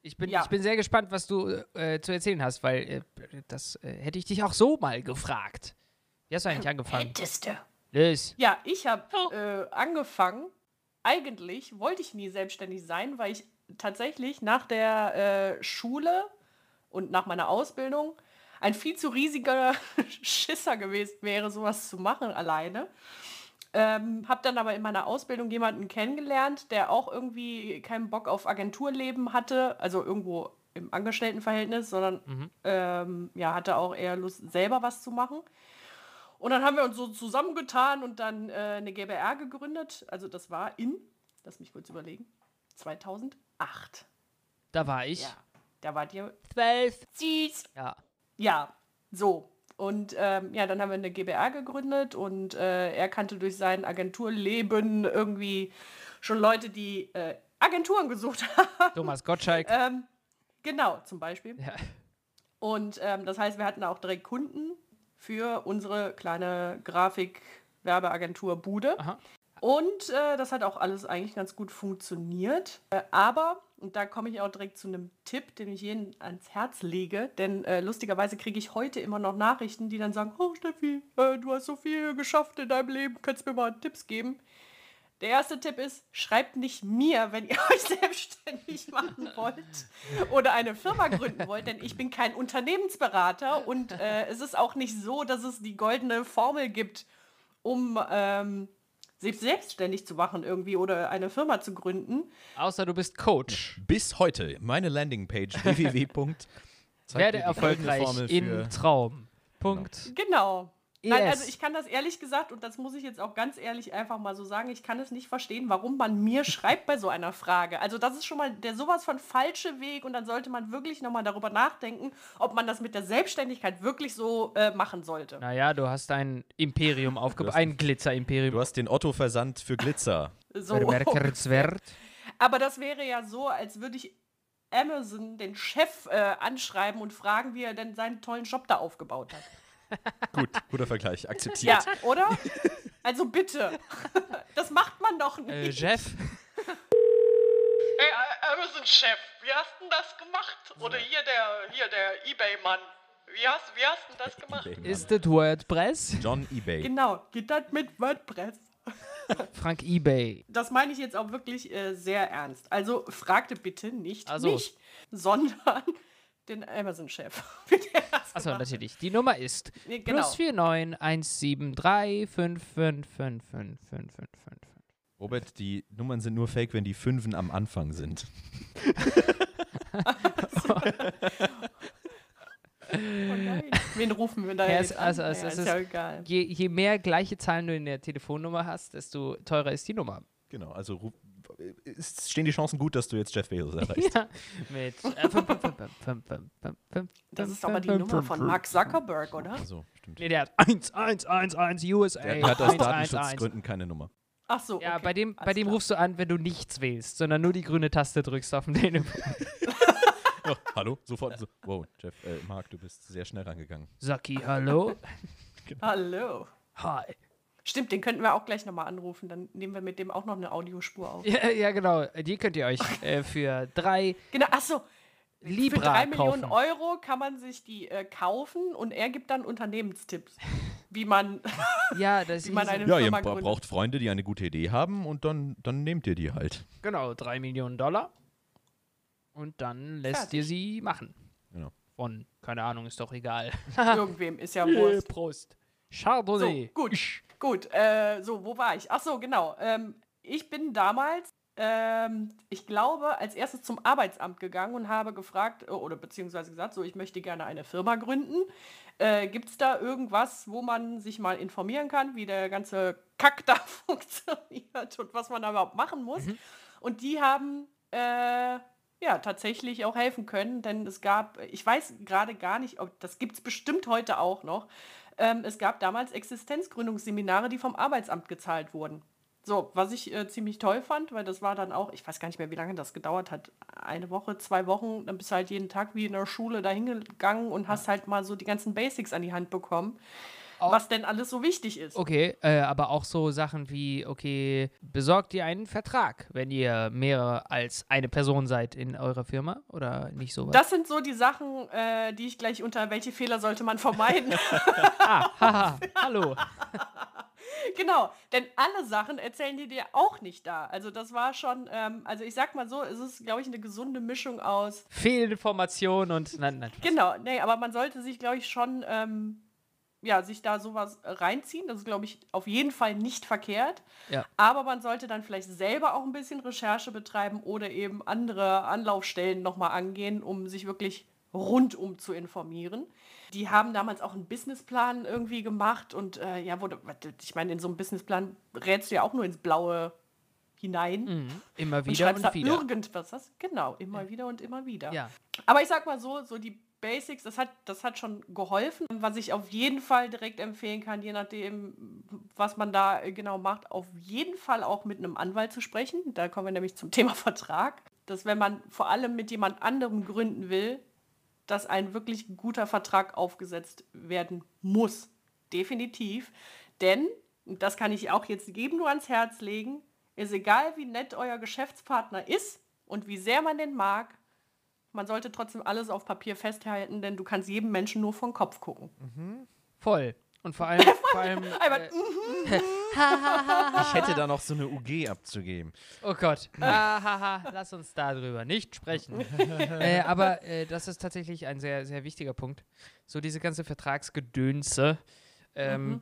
Speaker 2: ich, bin,
Speaker 5: Ja.
Speaker 2: ich bin sehr gespannt, was du äh, zu erzählen hast, weil äh, das äh, hätte ich dich auch so mal gefragt. Wie hast du eigentlich angefangen?
Speaker 5: Hättest du.
Speaker 2: Liz.
Speaker 5: Ja, ich habe äh, angefangen. Eigentlich wollte ich nie selbstständig sein, weil ich tatsächlich nach der äh, Schule und nach meiner Ausbildung ein viel zu riesiger Schisser gewesen wäre, sowas zu machen alleine. Ähm, habe dann aber in meiner Ausbildung jemanden kennengelernt, der auch irgendwie keinen Bock auf Agenturleben hatte, also irgendwo im Angestelltenverhältnis, sondern ähm, ja, hatte auch eher Lust, selber was zu machen. Und dann haben wir uns so zusammengetan und dann äh, eine GbR gegründet. Also das war in, lass mich kurz überlegen, 2008.
Speaker 2: Da war ich.
Speaker 5: Ja. Da wart ihr
Speaker 2: Zwölf.
Speaker 5: süß.
Speaker 2: Ja.
Speaker 5: Ja, so. Und ähm, ja, dann haben wir eine GbR gegründet und äh, er kannte durch sein Agenturleben irgendwie schon Leute, die äh, Agenturen gesucht haben.
Speaker 2: Thomas Gottschalk.
Speaker 5: Ähm, genau, zum Beispiel.
Speaker 2: Ja.
Speaker 5: Und ähm, das heißt, wir hatten auch direkt Kunden für unsere kleine Grafik-Werbeagentur Bude.
Speaker 2: Aha.
Speaker 5: Und äh, das hat auch alles eigentlich ganz gut funktioniert. Äh, aber, und da komme ich auch direkt zu einem Tipp, den ich jedem ans Herz lege, denn äh, lustigerweise kriege ich heute immer noch Nachrichten, die dann sagen, oh Steffi, äh, du hast so viel geschafft in deinem Leben, kannst mir mal Tipps geben. Der erste Tipp ist, schreibt nicht mir, wenn ihr euch selbstständig machen wollt oder eine Firma gründen wollt, denn ich bin kein Unternehmensberater und äh, es ist auch nicht so, dass es die goldene Formel gibt, um ähm, sich selbstständig zu machen irgendwie oder eine Firma zu gründen.
Speaker 2: Außer du bist Coach.
Speaker 3: Bis heute meine Landingpage www.
Speaker 2: Werde erfolgreich im Traum. Punkt.
Speaker 5: Genau. Nein,
Speaker 2: Yes.
Speaker 5: also ich kann das ehrlich gesagt, und das muss ich jetzt auch ganz ehrlich einfach mal so sagen, ich kann es nicht verstehen, warum man mir schreibt bei so einer Frage. Also das ist schon mal der sowas von falsche Weg und dann sollte man wirklich nochmal darüber nachdenken, ob man das mit der Selbstständigkeit wirklich so äh, machen sollte.
Speaker 2: Naja, du hast ein Imperium aufgebaut.
Speaker 3: hast-
Speaker 2: Ein Glitzer-Imperium.
Speaker 3: Du hast den Otto-Versand für Glitzer.
Speaker 5: So.
Speaker 2: Vermerkenswert.
Speaker 5: Aber das wäre ja so, als würde ich Amazon, den Chef, äh, anschreiben und fragen, wie er denn seinen tollen Job da aufgebaut hat.
Speaker 3: Gut, guter Vergleich,
Speaker 5: Ja,
Speaker 3: akzeptiert.
Speaker 5: oder? Also bitte. Das macht man doch
Speaker 2: Äh,
Speaker 5: nicht.
Speaker 2: Jeff.
Speaker 6: Ey, A- Amazon-Chef, wie hast denn das gemacht? Oder hier der, hier der Ebay-Mann. Wie hast, wie hast denn das gemacht?
Speaker 2: Ist das WordPress?
Speaker 3: John eBay.
Speaker 5: Genau, geht das mit WordPress.
Speaker 2: Frank eBay.
Speaker 5: Das meine ich jetzt auch wirklich äh, sehr ernst. Also fragte bitte nicht
Speaker 2: Also.
Speaker 5: mich, sondern den Amazon-Chef. wie der das
Speaker 2: Achso,
Speaker 5: gemacht hat.
Speaker 2: natürlich. Die Nummer ist
Speaker 5: Nee, genau.
Speaker 2: plus 491735555555.
Speaker 3: Robert, die Nummern sind nur fake, wenn die Fünfen am Anfang sind.
Speaker 5: Oh nein. Wen rufen wir da
Speaker 2: Ja,
Speaker 5: jetzt
Speaker 2: es-
Speaker 5: an?
Speaker 2: also, es-
Speaker 5: Naja,
Speaker 2: es
Speaker 5: ist
Speaker 2: ist-
Speaker 5: ja egal.
Speaker 2: Je, je mehr gleiche Zahlen du in der Telefonnummer hast, desto teurer ist die Nummer.
Speaker 3: Genau, also ru- ist, stehen die Chancen gut, dass du jetzt Jeff Bezos erreichst.
Speaker 2: Mit.
Speaker 5: Das ist aber die Nummer von Mark Zuckerberg, oder?
Speaker 3: Also, stimmt.
Speaker 2: Nee, der hat 1111 USA.
Speaker 3: Der hat
Speaker 2: 1,
Speaker 3: aus
Speaker 2: 1, 1.
Speaker 3: Datenschutzgründen keine Nummer.
Speaker 5: Ach so.
Speaker 2: Ja,
Speaker 5: okay.
Speaker 2: bei dem, bei
Speaker 5: Alles
Speaker 2: dem
Speaker 5: klar.
Speaker 2: rufst du an, wenn du nichts wählst, sondern nur die grüne Taste drückst auf dem Telefon.
Speaker 3: Oh, hallo? Sofort. So. Wow, Jeff, äh, Marc, du bist sehr schnell rangegangen.
Speaker 2: Saki, hallo?
Speaker 5: Hallo.
Speaker 2: Hi.
Speaker 5: Stimmt, den könnten wir auch gleich nochmal anrufen. Dann nehmen wir mit dem auch noch eine Audiospur auf.
Speaker 2: Ja, ja, genau. Die könnt ihr euch äh, für drei
Speaker 5: Genau, ach so.
Speaker 2: Libra
Speaker 5: Für drei
Speaker 2: kaufen.
Speaker 5: Millionen Euro kann man sich die äh, kaufen und er gibt dann Unternehmenstipps, wie man
Speaker 2: Ja, das
Speaker 5: Wie man
Speaker 2: ist
Speaker 5: eine
Speaker 3: Ja, ihr
Speaker 5: Firma
Speaker 3: bra-
Speaker 5: gründet.
Speaker 3: braucht Freunde, die eine gute Idee haben und dann, dann nehmt ihr die halt.
Speaker 2: genau drei Millionen Dollar. Und dann lässt
Speaker 5: Fertig.
Speaker 2: ihr sie machen.
Speaker 3: Genau.
Speaker 2: Von, keine Ahnung, ist doch egal.
Speaker 5: irgendwem ist ja Wurst.
Speaker 2: Prost.
Speaker 5: So,
Speaker 2: Chardonnay.
Speaker 5: gut, gut. Äh, so, wo war ich? Ach so, genau. Ähm, ich bin damals, ähm, ich glaube, als erstes zum Arbeitsamt gegangen und habe gefragt, äh, oder beziehungsweise gesagt, so, ich möchte gerne eine Firma gründen. Äh, Gibt es da irgendwas, wo man sich mal informieren kann, wie der ganze Kack da funktioniert und was man da überhaupt machen muss? Und die haben äh, ja, tatsächlich auch helfen können, denn es gab, ich weiß gerade gar nicht, ob das gibt es bestimmt heute auch noch, ähm, es gab damals Existenzgründungsseminare, die vom Arbeitsamt gezahlt wurden. So, was ich äh, ziemlich toll fand, weil das war dann auch, ich weiß gar nicht mehr, wie lange das gedauert hat, eine Woche, zwei Wochen, dann bist du halt jeden Tag wie in der Schule dahin gegangen und hast halt mal so die ganzen Basics an die Hand bekommen,
Speaker 2: Au-
Speaker 5: was denn alles so wichtig ist.
Speaker 2: Okay, äh, aber auch so Sachen wie, okay, besorgt ihr einen Vertrag, wenn ihr mehrere als eine Person seid in eurer Firma oder nicht sowas?
Speaker 5: Das sind so die Sachen, äh, die ich gleich unter welche Fehler sollte man vermeiden.
Speaker 2: ah, haha, hallo.
Speaker 5: genau, denn alle Sachen erzählen die dir auch nicht da. Also das war schon, ähm, also ich sag mal so, es ist, glaube ich, eine gesunde Mischung aus.
Speaker 2: Fehlinformation und nein, nein.
Speaker 5: Genau, nee, aber man sollte sich, glaube ich, schon, ähm, ja, sich da sowas reinziehen. Das ist, glaube ich, auf jeden Fall nicht verkehrt.
Speaker 2: Ja.
Speaker 5: Aber man sollte dann vielleicht selber auch ein bisschen Recherche betreiben oder eben andere Anlaufstellen nochmal angehen, um sich wirklich rundum zu informieren. Die haben damals auch einen Businessplan irgendwie gemacht und äh, ja, wurde, ich meine, in so einem Businessplan rätst du ja auch nur ins Blaue hinein.
Speaker 2: Mhm. Immer
Speaker 5: Und
Speaker 2: wieder
Speaker 5: schreibst
Speaker 2: und,
Speaker 5: da
Speaker 2: wieder.
Speaker 5: irgendwas. Was? Genau, immer wieder und immer wieder.
Speaker 2: Ja.
Speaker 5: Aber ich sag mal so, so die Basics, das hat, das hat schon geholfen. Was ich auf jeden Fall direkt empfehlen kann, je nachdem, was man da äh, genau macht, auf jeden Fall auch mit einem Anwalt zu sprechen. Da kommen wir nämlich zum Thema Vertrag. Dass wenn man vor allem mit jemand anderem gründen will, dass ein wirklich guter Vertrag aufgesetzt werden muss. Definitiv. Denn, und das kann ich auch jetzt jedem nur ans Herz legen, ist egal, wie nett euer Geschäftspartner ist und wie sehr man den mag, man sollte trotzdem alles auf Papier festhalten, denn du kannst jedem Menschen nur vom Kopf gucken.
Speaker 2: Voll. Und vor allem, vor allem
Speaker 5: Einmal,
Speaker 2: äh,
Speaker 5: mm,
Speaker 2: Ah.
Speaker 3: Ich hätte da noch so eine UG abzugeben.
Speaker 2: Oh Gott. Ahaha, lass uns darüber nicht sprechen. äh, aber äh, das ist tatsächlich ein sehr, sehr wichtiger Punkt. So diese ganze Vertragsgedönse. Ähm,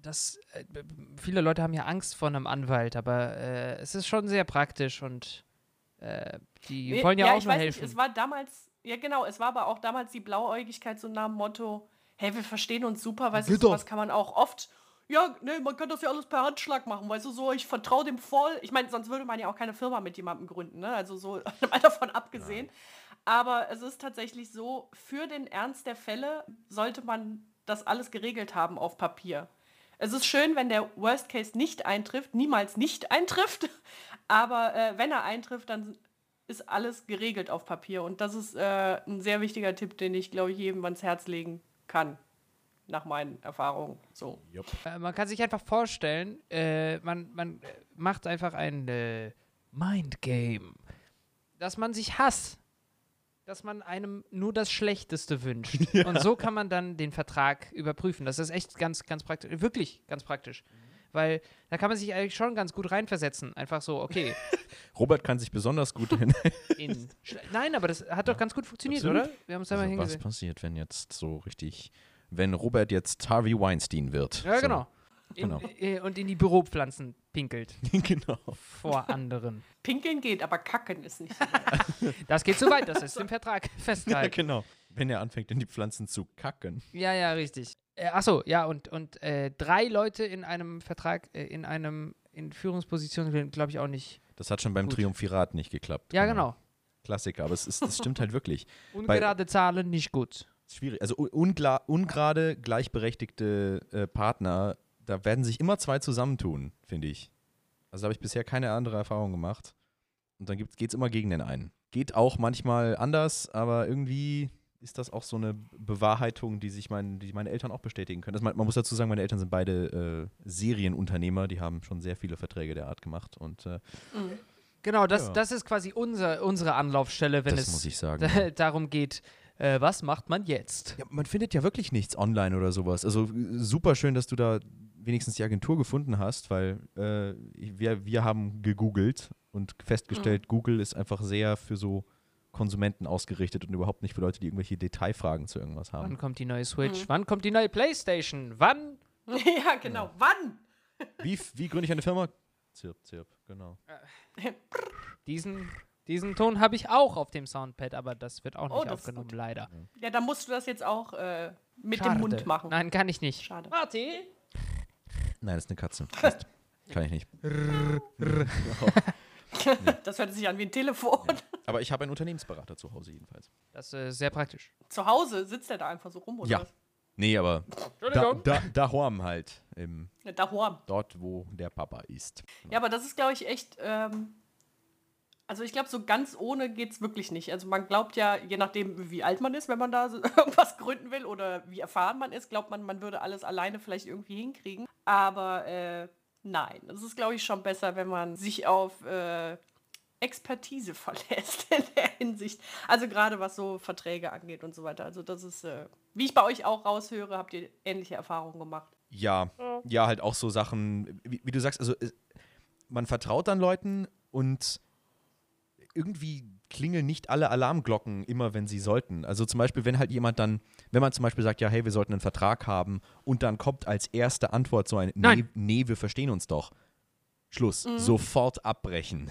Speaker 2: Das, äh, b- b- viele Leute haben ja Angst vor einem Anwalt, aber äh, es ist schon sehr praktisch und äh, die
Speaker 5: nee,
Speaker 2: wollen ja, auch
Speaker 5: ich
Speaker 2: nur
Speaker 5: weiß
Speaker 2: helfen.
Speaker 5: Nicht, es war damals, ja genau, es war aber auch damals die Blauäugigkeit so nach dem Motto, hey, wir verstehen uns super, weißt du,
Speaker 1: Geht doch.
Speaker 5: sowas kann man auch oft, ja, nee, man kann das ja alles per Handschlag machen, weißt du, so, ich vertraue dem voll. Ich meine, sonst würde man ja auch keine Firma mit jemandem gründen, ne? also so mal davon abgesehen. Aber es ist tatsächlich so, für den Ernst der Fälle sollte man das alles geregelt haben auf Papier. Es ist schön, wenn der Worst Case nicht eintrifft, niemals nicht eintrifft, aber äh, wenn er eintrifft, dann ist alles geregelt auf Papier und das ist äh, ein sehr wichtiger Tipp, den ich, glaube ich, jedem ans Herz legen kann, nach meinen Erfahrungen. So.
Speaker 2: Äh, Man kann sich einfach vorstellen, äh, man, man äh, macht einfach ein äh, Mind Game, dass man sich hasst, dass man einem nur das Schlechteste wünscht. Und so kann man dann den Vertrag überprüfen. Das ist echt ganz, ganz praktisch, wirklich ganz praktisch.
Speaker 3: Mhm.
Speaker 2: Weil da kann man sich eigentlich schon ganz gut reinversetzen. Einfach so, okay,
Speaker 3: Robert kann sich besonders gut hin.
Speaker 2: in. Schle- Nein, aber das hat doch ganz gut funktioniert,
Speaker 3: Absolut.
Speaker 2: oder? Wir haben uns da mal
Speaker 3: also, was
Speaker 2: hingesehen.
Speaker 3: passiert, wenn jetzt so richtig, wenn Robert jetzt Harvey Weinstein wird?
Speaker 2: Ja, genau. In,
Speaker 3: Genau.
Speaker 2: äh, und in die Büropflanzen pinkelt
Speaker 3: So. genau.
Speaker 2: vor anderen.
Speaker 5: Pinkeln geht, aber kacken ist nicht. so geil.
Speaker 2: Das geht zu weit, das ist im Vertrag
Speaker 3: Ja,
Speaker 2: festgehalten.
Speaker 3: genau. Wenn er anfängt, in die Pflanzen zu kacken.
Speaker 2: Ja, ja, richtig. Äh, Achso, ja, und, und äh, drei Leute in einem Vertrag, äh, in einem, in Führungspositionen, glaube ich auch nicht.
Speaker 3: Das hat schon beim
Speaker 2: Gut.
Speaker 3: Triumphirat nicht geklappt.
Speaker 2: Ja, genau.
Speaker 3: Klassiker, aber es ist, das stimmt halt wirklich.
Speaker 2: Ungerade Zahlen nicht gut.
Speaker 3: Schwierig. Also un- ungla- ungerade, gleichberechtigte äh, Partner, da werden sich immer zwei zusammentun, finde ich. Also da habe ich bisher keine andere Erfahrung gemacht. Und dann geht es immer gegen den einen. Geht auch manchmal anders, aber irgendwie ist das auch so eine Bewahrheitung, die sich mein, die meine Eltern auch bestätigen können. Also man, man muss dazu sagen, meine Eltern sind beide äh, Serienunternehmer, die haben schon sehr viele Verträge der Art gemacht. Und äh,
Speaker 2: Genau, das,
Speaker 3: Ja.
Speaker 2: das ist quasi unser, unsere Anlaufstelle, wenn
Speaker 3: das
Speaker 2: es
Speaker 3: muss ich sagen.
Speaker 2: da, darum geht, äh, was macht man jetzt?
Speaker 3: Ja, man findet ja wirklich nichts online oder sowas. Also super schön, dass du da wenigstens die Agentur gefunden hast, weil äh, wir, wir haben gegoogelt und festgestellt, Google ist einfach sehr für so Konsumenten ausgerichtet und überhaupt nicht für Leute, die irgendwelche Detailfragen zu irgendwas haben.
Speaker 2: Wann kommt die neue
Speaker 5: Mhm.
Speaker 2: Switch? Wann kommt die neue Playstation? Wann?
Speaker 5: ja, genau. Wann?
Speaker 3: Wie, f- wie gründe ich eine Firma? Zirp, zirp, genau.
Speaker 2: Diesen, diesen Ton habe ich auch auf dem Soundpad, aber das wird auch
Speaker 5: Oh,
Speaker 2: nicht
Speaker 5: das ist
Speaker 2: aufgenommen, leider.
Speaker 5: Ja, dann musst du das jetzt auch äh, mit
Speaker 2: Schade.
Speaker 5: dem Mund machen.
Speaker 2: Nein, kann ich nicht.
Speaker 5: Schade.
Speaker 2: Marti?
Speaker 3: Nein, das ist eine Katze. Mist. Kann ich nicht.
Speaker 5: Das hört sich an wie ein Telefon.
Speaker 3: Aber ich habe einen Unternehmensberater zu Hause jedenfalls.
Speaker 2: Das ist äh, sehr praktisch.
Speaker 5: Zu Hause sitzt er da einfach so rum, oder
Speaker 3: Ja.
Speaker 5: was?
Speaker 3: Nee, aber da,
Speaker 1: Entschuldigung.
Speaker 3: da, daheim halt. Im,
Speaker 5: Ja, daheim.
Speaker 3: dort, wo der Papa ist.
Speaker 5: Ja, aber das ist, glaube ich, echt. Ähm, also, ich glaube, so ganz ohne geht es wirklich nicht. Also, man glaubt ja, je nachdem, wie alt man ist, wenn man da so irgendwas gründen will oder wie erfahren man ist, glaubt man, man würde alles alleine vielleicht irgendwie hinkriegen. Aber äh, nein, es ist, glaube ich, schon besser, wenn man sich auf. Äh, Expertise verlässt in der Hinsicht. Also gerade was so Verträge angeht und so weiter. Also das ist, äh, wie ich bei euch auch raushöre, habt ihr ähnliche Erfahrungen gemacht.
Speaker 3: Ja, ja, halt auch so Sachen, wie, wie du sagst, also äh, man vertraut dann Leuten und irgendwie klingeln nicht alle Alarmglocken immer, wenn sie sollten. Also zum Beispiel, wenn halt jemand dann, wenn man zum Beispiel sagt, ja, hey, wir sollten einen Vertrag haben und dann kommt als erste Antwort so ein, nee,
Speaker 2: Nein.
Speaker 3: nee, wir verstehen uns doch. Schluss, sofort abbrechen.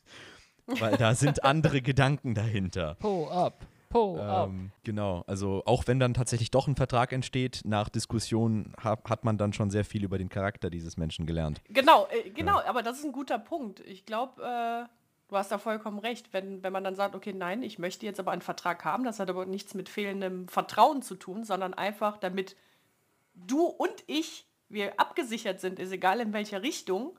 Speaker 3: Weil da sind andere Gedanken dahinter.
Speaker 1: Po ab.
Speaker 2: Po,
Speaker 3: Ähm, genau, also auch wenn dann tatsächlich doch ein Vertrag entsteht, nach Diskussionen hab, hat man dann schon sehr viel über den Charakter dieses Menschen gelernt.
Speaker 5: Genau, äh, genau, aber das ist ein guter Punkt. Ich glaube, äh, du hast da vollkommen recht. Wenn, wenn man dann sagt, okay, nein, ich möchte jetzt aber einen Vertrag haben, das hat aber nichts mit fehlendem Vertrauen zu tun, sondern einfach damit du und ich, wir abgesichert sind, ist egal in welcher Richtung.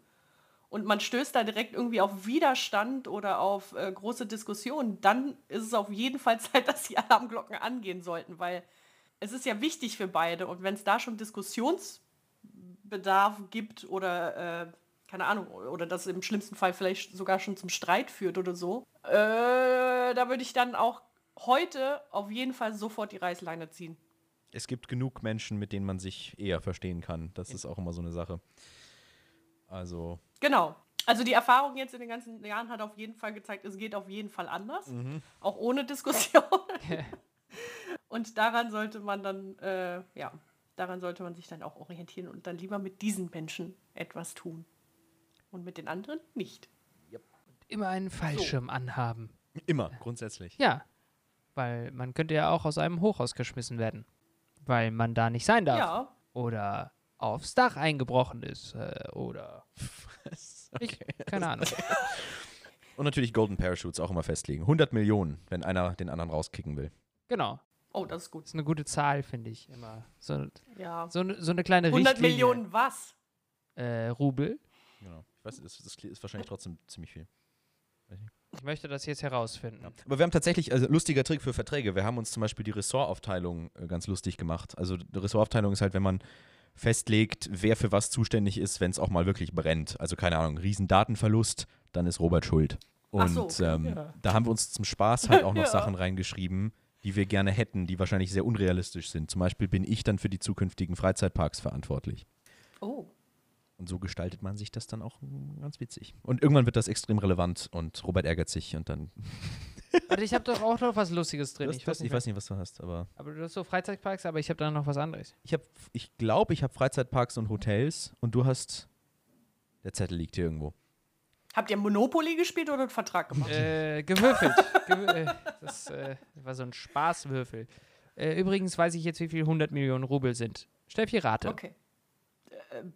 Speaker 5: Und man stößt da direkt irgendwie auf Widerstand oder auf äh, große Diskussionen, dann ist es auf jeden Fall Zeit, dass die Alarmglocken angehen sollten, weil es ist ja wichtig für beide. Und wenn es da schon Diskussions Bedarf gibt oder äh, keine Ahnung, oder das im schlimmsten Fall vielleicht sogar schon zum Streit führt oder so, äh, da würde ich dann auch heute auf jeden Fall sofort die Reißleine ziehen.
Speaker 3: Es gibt genug Menschen, mit denen man sich eher verstehen kann. Das ist auch immer so eine Sache. Also,
Speaker 5: Genau. Also die Erfahrung jetzt in den ganzen Jahren hat auf jeden Fall gezeigt, es geht auf jeden Fall anders, auch ohne Diskussion. und daran sollte man dann, äh, ja, daran sollte man sich dann auch orientieren und dann lieber mit diesen Menschen etwas tun und mit den anderen nicht.
Speaker 2: Immer einen Fallschirm anhaben.
Speaker 3: immer, grundsätzlich.
Speaker 2: Ja, weil man könnte ja auch aus einem Hochhaus geschmissen werden, weil man da nicht sein darf.
Speaker 5: Ja.
Speaker 2: Oder aufs Dach eingebrochen ist. Äh, oder. Ich, keine Ahnung.
Speaker 3: Und natürlich Golden Parachutes auch immer festlegen. 100 Millionen, wenn einer den anderen rauskicken will.
Speaker 2: Genau.
Speaker 5: Oh, das ist gut.
Speaker 2: Ist eine gute Zahl, finde ich immer. So,
Speaker 5: Ja.
Speaker 2: so, ne, so eine kleine
Speaker 5: 100
Speaker 2: Richtlinie.
Speaker 5: Millionen was?
Speaker 2: Äh, Rubel.
Speaker 3: Genau. Ich weiß, das, das ist wahrscheinlich trotzdem ziemlich viel.
Speaker 2: Ich möchte das jetzt herausfinden.
Speaker 3: Aber wir haben tatsächlich, also lustiger Trick für Verträge, wir haben uns zum Beispiel die Ressortaufteilung äh, ganz lustig gemacht. Also die Ressortaufteilung ist halt, wenn man festlegt, wer für was zuständig ist, wenn es auch mal wirklich brennt. Also keine Ahnung, Riesendatenverlust, dann ist Robert schuld.
Speaker 5: Ach
Speaker 3: Und
Speaker 5: so, okay,
Speaker 3: ähm, da haben wir uns zum Spaß halt auch noch
Speaker 5: Ja.
Speaker 3: Sachen reingeschrieben, die wir gerne hätten, die wahrscheinlich sehr unrealistisch sind. Zum Beispiel bin ich dann für die zukünftigen Freizeitparks verantwortlich.
Speaker 5: Oh.
Speaker 3: Und so gestaltet man sich das dann auch mm, ganz witzig. Und irgendwann wird das extrem relevant und Robert ärgert sich und dann.
Speaker 2: Warte, ich habe doch auch noch was Lustiges drin.
Speaker 3: Das,
Speaker 2: Ich weiß,
Speaker 3: das, ich
Speaker 2: nicht,
Speaker 3: weiß nicht, was du hast, aber.
Speaker 2: was- Aber du hast so Freizeitparks, aber ich habe da noch was anderes.
Speaker 3: ich habe, ich glaube, ich habe Freizeitparks und Hotels und du hast, der Zettel liegt hier irgendwo.
Speaker 5: Habt ihr Monopoly gespielt oder einen Vertrag gemacht?
Speaker 2: Äh, gewürfelt. Gewür äh, das äh, war so ein Spaßwürfel. Äh, übrigens weiß ich jetzt, wie viel 100 Millionen Rubel sind. Steffi, rate.
Speaker 5: Okay. Ähm,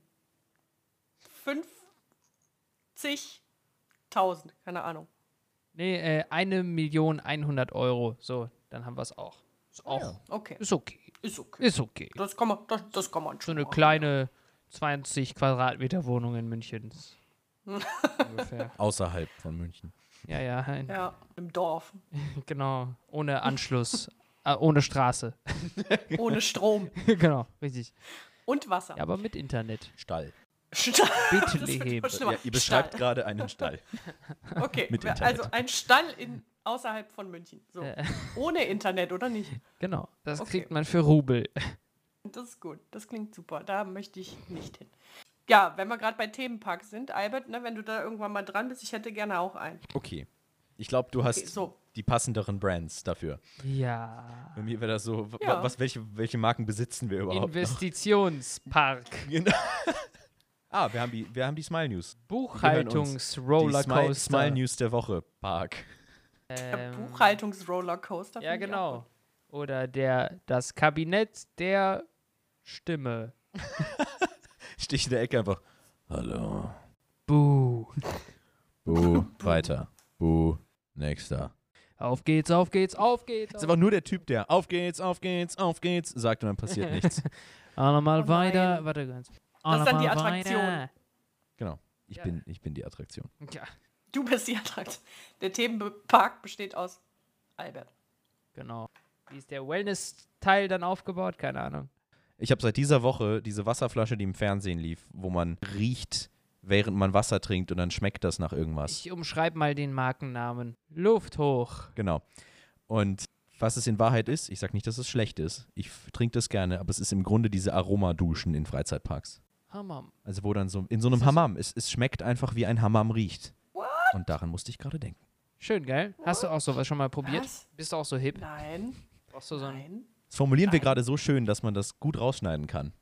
Speaker 5: 50.000, keine Ahnung.
Speaker 2: Nee, äh, 1.100.000 Euro. So, dann haben wir es auch. Ist auch.
Speaker 5: Okay,
Speaker 2: Ist okay.
Speaker 5: ist okay.
Speaker 2: Ist okay.
Speaker 5: Das kann man, das, das kann man
Speaker 2: So
Speaker 5: schon.
Speaker 2: eine
Speaker 5: machen.
Speaker 2: kleine 20 Quadratmeter Wohnung in München. ist Ungefähr.
Speaker 3: Außerhalb von München.
Speaker 2: Ja, ja, ein,
Speaker 5: Ja, im Dorf.
Speaker 2: genau. Ohne Anschluss. äh, ohne Straße.
Speaker 5: Ohne Strom
Speaker 2: genau, richtig.
Speaker 5: und Wasser.
Speaker 2: Ja, aber mit Internet.
Speaker 3: Stall.
Speaker 5: Stall.
Speaker 2: Bethlehem.
Speaker 5: Das wird
Speaker 3: ihr
Speaker 5: immer
Speaker 3: beschreibt
Speaker 5: schlimmer.
Speaker 3: gerade einen Stall.
Speaker 5: Stall. Okay,
Speaker 3: mit
Speaker 5: wer-
Speaker 3: Internet.
Speaker 5: also ein Stall in, außerhalb von München. So.
Speaker 2: Äh.
Speaker 5: Ohne Internet, oder nicht?
Speaker 2: Genau. Das
Speaker 5: Okay.
Speaker 2: kriegt man für Rubel.
Speaker 5: Das ist gut, das klingt super. Da möchte ich nicht hin. Ja, wenn wir gerade bei Themenpark sind, Albert, ne, wenn du da irgendwann mal dran bist, ich hätte gerne auch einen.
Speaker 3: Okay. Ich glaube, du hast
Speaker 5: so.
Speaker 3: die passenderen Brands dafür.
Speaker 2: Ja.
Speaker 3: Bei mir wäre das so, w-
Speaker 5: Ja.
Speaker 3: was, welche, welche Marken besitzen wir überhaupt? noch?
Speaker 2: Investitionspark.
Speaker 3: Genau. ah, wir haben die, wir haben die Smile News. Die Smile,
Speaker 2: Buchhaltungsrollercoaster.
Speaker 3: Smile News der Woche. Park.
Speaker 5: Der Buchhaltungsrollercoaster.
Speaker 2: Ähm, Ja,
Speaker 5: finde ich auch
Speaker 2: genau. Oder der das Kabinett der Stimme.
Speaker 3: Stich in der Ecke einfach. Hallo.
Speaker 2: Buh.
Speaker 3: Buh. Weiter. Buh. Nächster.
Speaker 2: Auf geht's, auf geht's, auf geht's. Auf.
Speaker 3: Das ist
Speaker 5: Also,
Speaker 3: einfach nur der Typ, der auf geht's, auf geht's, auf geht's sagt und dann passiert nichts.
Speaker 2: Alle mal
Speaker 5: Oh nein.
Speaker 2: weiter. Warte ganz.
Speaker 5: Das ist dann die
Speaker 2: Alle mal
Speaker 5: Attraktion.
Speaker 2: weiter.
Speaker 3: Genau. Ich,
Speaker 2: Ja.
Speaker 3: bin, ich bin die Attraktion.
Speaker 2: Ja,
Speaker 5: Du bist die Attraktion. Der Themenpark besteht aus Albert.
Speaker 2: genau. Wie ist der Wellness-Teil dann aufgebaut? Keine Ahnung.
Speaker 3: Ich habe seit dieser Woche diese Wasserflasche, die im Fernsehen lief, wo man riecht, während man Wasser trinkt und dann schmeckt das nach irgendwas.
Speaker 2: Ich umschreibe mal den Markennamen. Luft hoch.
Speaker 3: Genau. Und was es in Wahrheit ist, ich sage nicht, dass es schlecht ist. Ich f- trinke das gerne, aber es ist im Grunde diese Aromaduschen in Freizeitparks.
Speaker 2: Hammam.
Speaker 3: Also wo dann so in so einem Hammam, es, es schmeckt einfach wie ein Hammam riecht.
Speaker 5: What?
Speaker 3: Und daran musste ich gerade denken.
Speaker 2: Schön, gell? Hast du auch sowas schon mal probiert?
Speaker 5: Was?
Speaker 2: Bist du auch so hip?
Speaker 5: Nein.
Speaker 2: Brauchst du so ein
Speaker 5: Nein.
Speaker 3: Das formulieren wir gerade so schön, dass man das gut rausschneiden kann.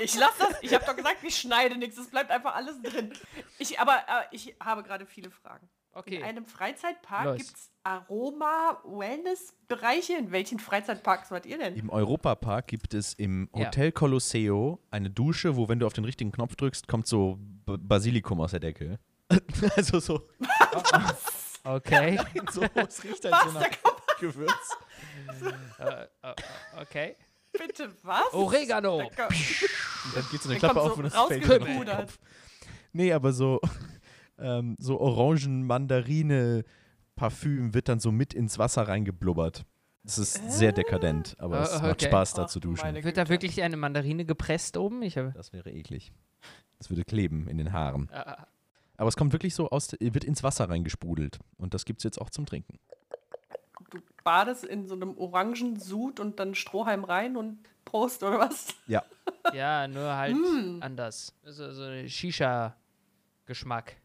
Speaker 5: Ich lasse das. Ich habe doch gesagt, ich schneide nichts. Es bleibt einfach alles drin. Ich, aber äh, ich habe gerade viele Fragen. In
Speaker 2: Okay.
Speaker 5: einem Freizeitpark
Speaker 2: Los.
Speaker 5: gibt es Aroma-Wellness-Bereiche. In welchen Freizeitparks wart ihr denn?
Speaker 3: Im Europapark gibt es im
Speaker 2: Ja.
Speaker 3: Hotel Colosseo eine Dusche, wo, wenn du auf den richtigen Knopf drückst, kommt so B Basilikum aus der Decke. also so,
Speaker 2: Okay.
Speaker 3: so es riecht halt so nach Gewürz.
Speaker 2: Okay.
Speaker 5: Bitte was?
Speaker 2: Oregano.
Speaker 5: Da ko-
Speaker 3: Und dann geht so eine
Speaker 5: Da
Speaker 3: Klappe
Speaker 5: kommt
Speaker 3: auf
Speaker 5: so
Speaker 3: und es fällt dir noch auf den
Speaker 5: rausgepudert.
Speaker 3: Kopf. Nee, aber so, ähm, so Orangen-Mandarine-Parfüm wird dann so mit ins Wasser reingeblubbert. Es ist sehr dekadent, aber es
Speaker 2: Äh,
Speaker 3: macht
Speaker 2: okay.
Speaker 3: Spaß, da zu
Speaker 5: Ach, du
Speaker 3: duschen.
Speaker 5: Ah, Oh, meine
Speaker 2: Wird da
Speaker 5: Güte.
Speaker 2: wirklich eine Mandarine gepresst oben? Ich habe.
Speaker 3: Das wäre eklig. Das würde kleben in den Haaren.
Speaker 2: Ah.
Speaker 3: Aber es kommt wirklich so aus, wird ins Wasser reingesprudelt. Und das gibt es jetzt auch zum Trinken.
Speaker 5: Du badest in so einem orangen Sud und dann Strohhalm rein und Prost oder was?
Speaker 3: Ja.
Speaker 2: Ja, nur halt
Speaker 5: Mm.
Speaker 2: anders. Also So, so ein Shisha-Geschmack.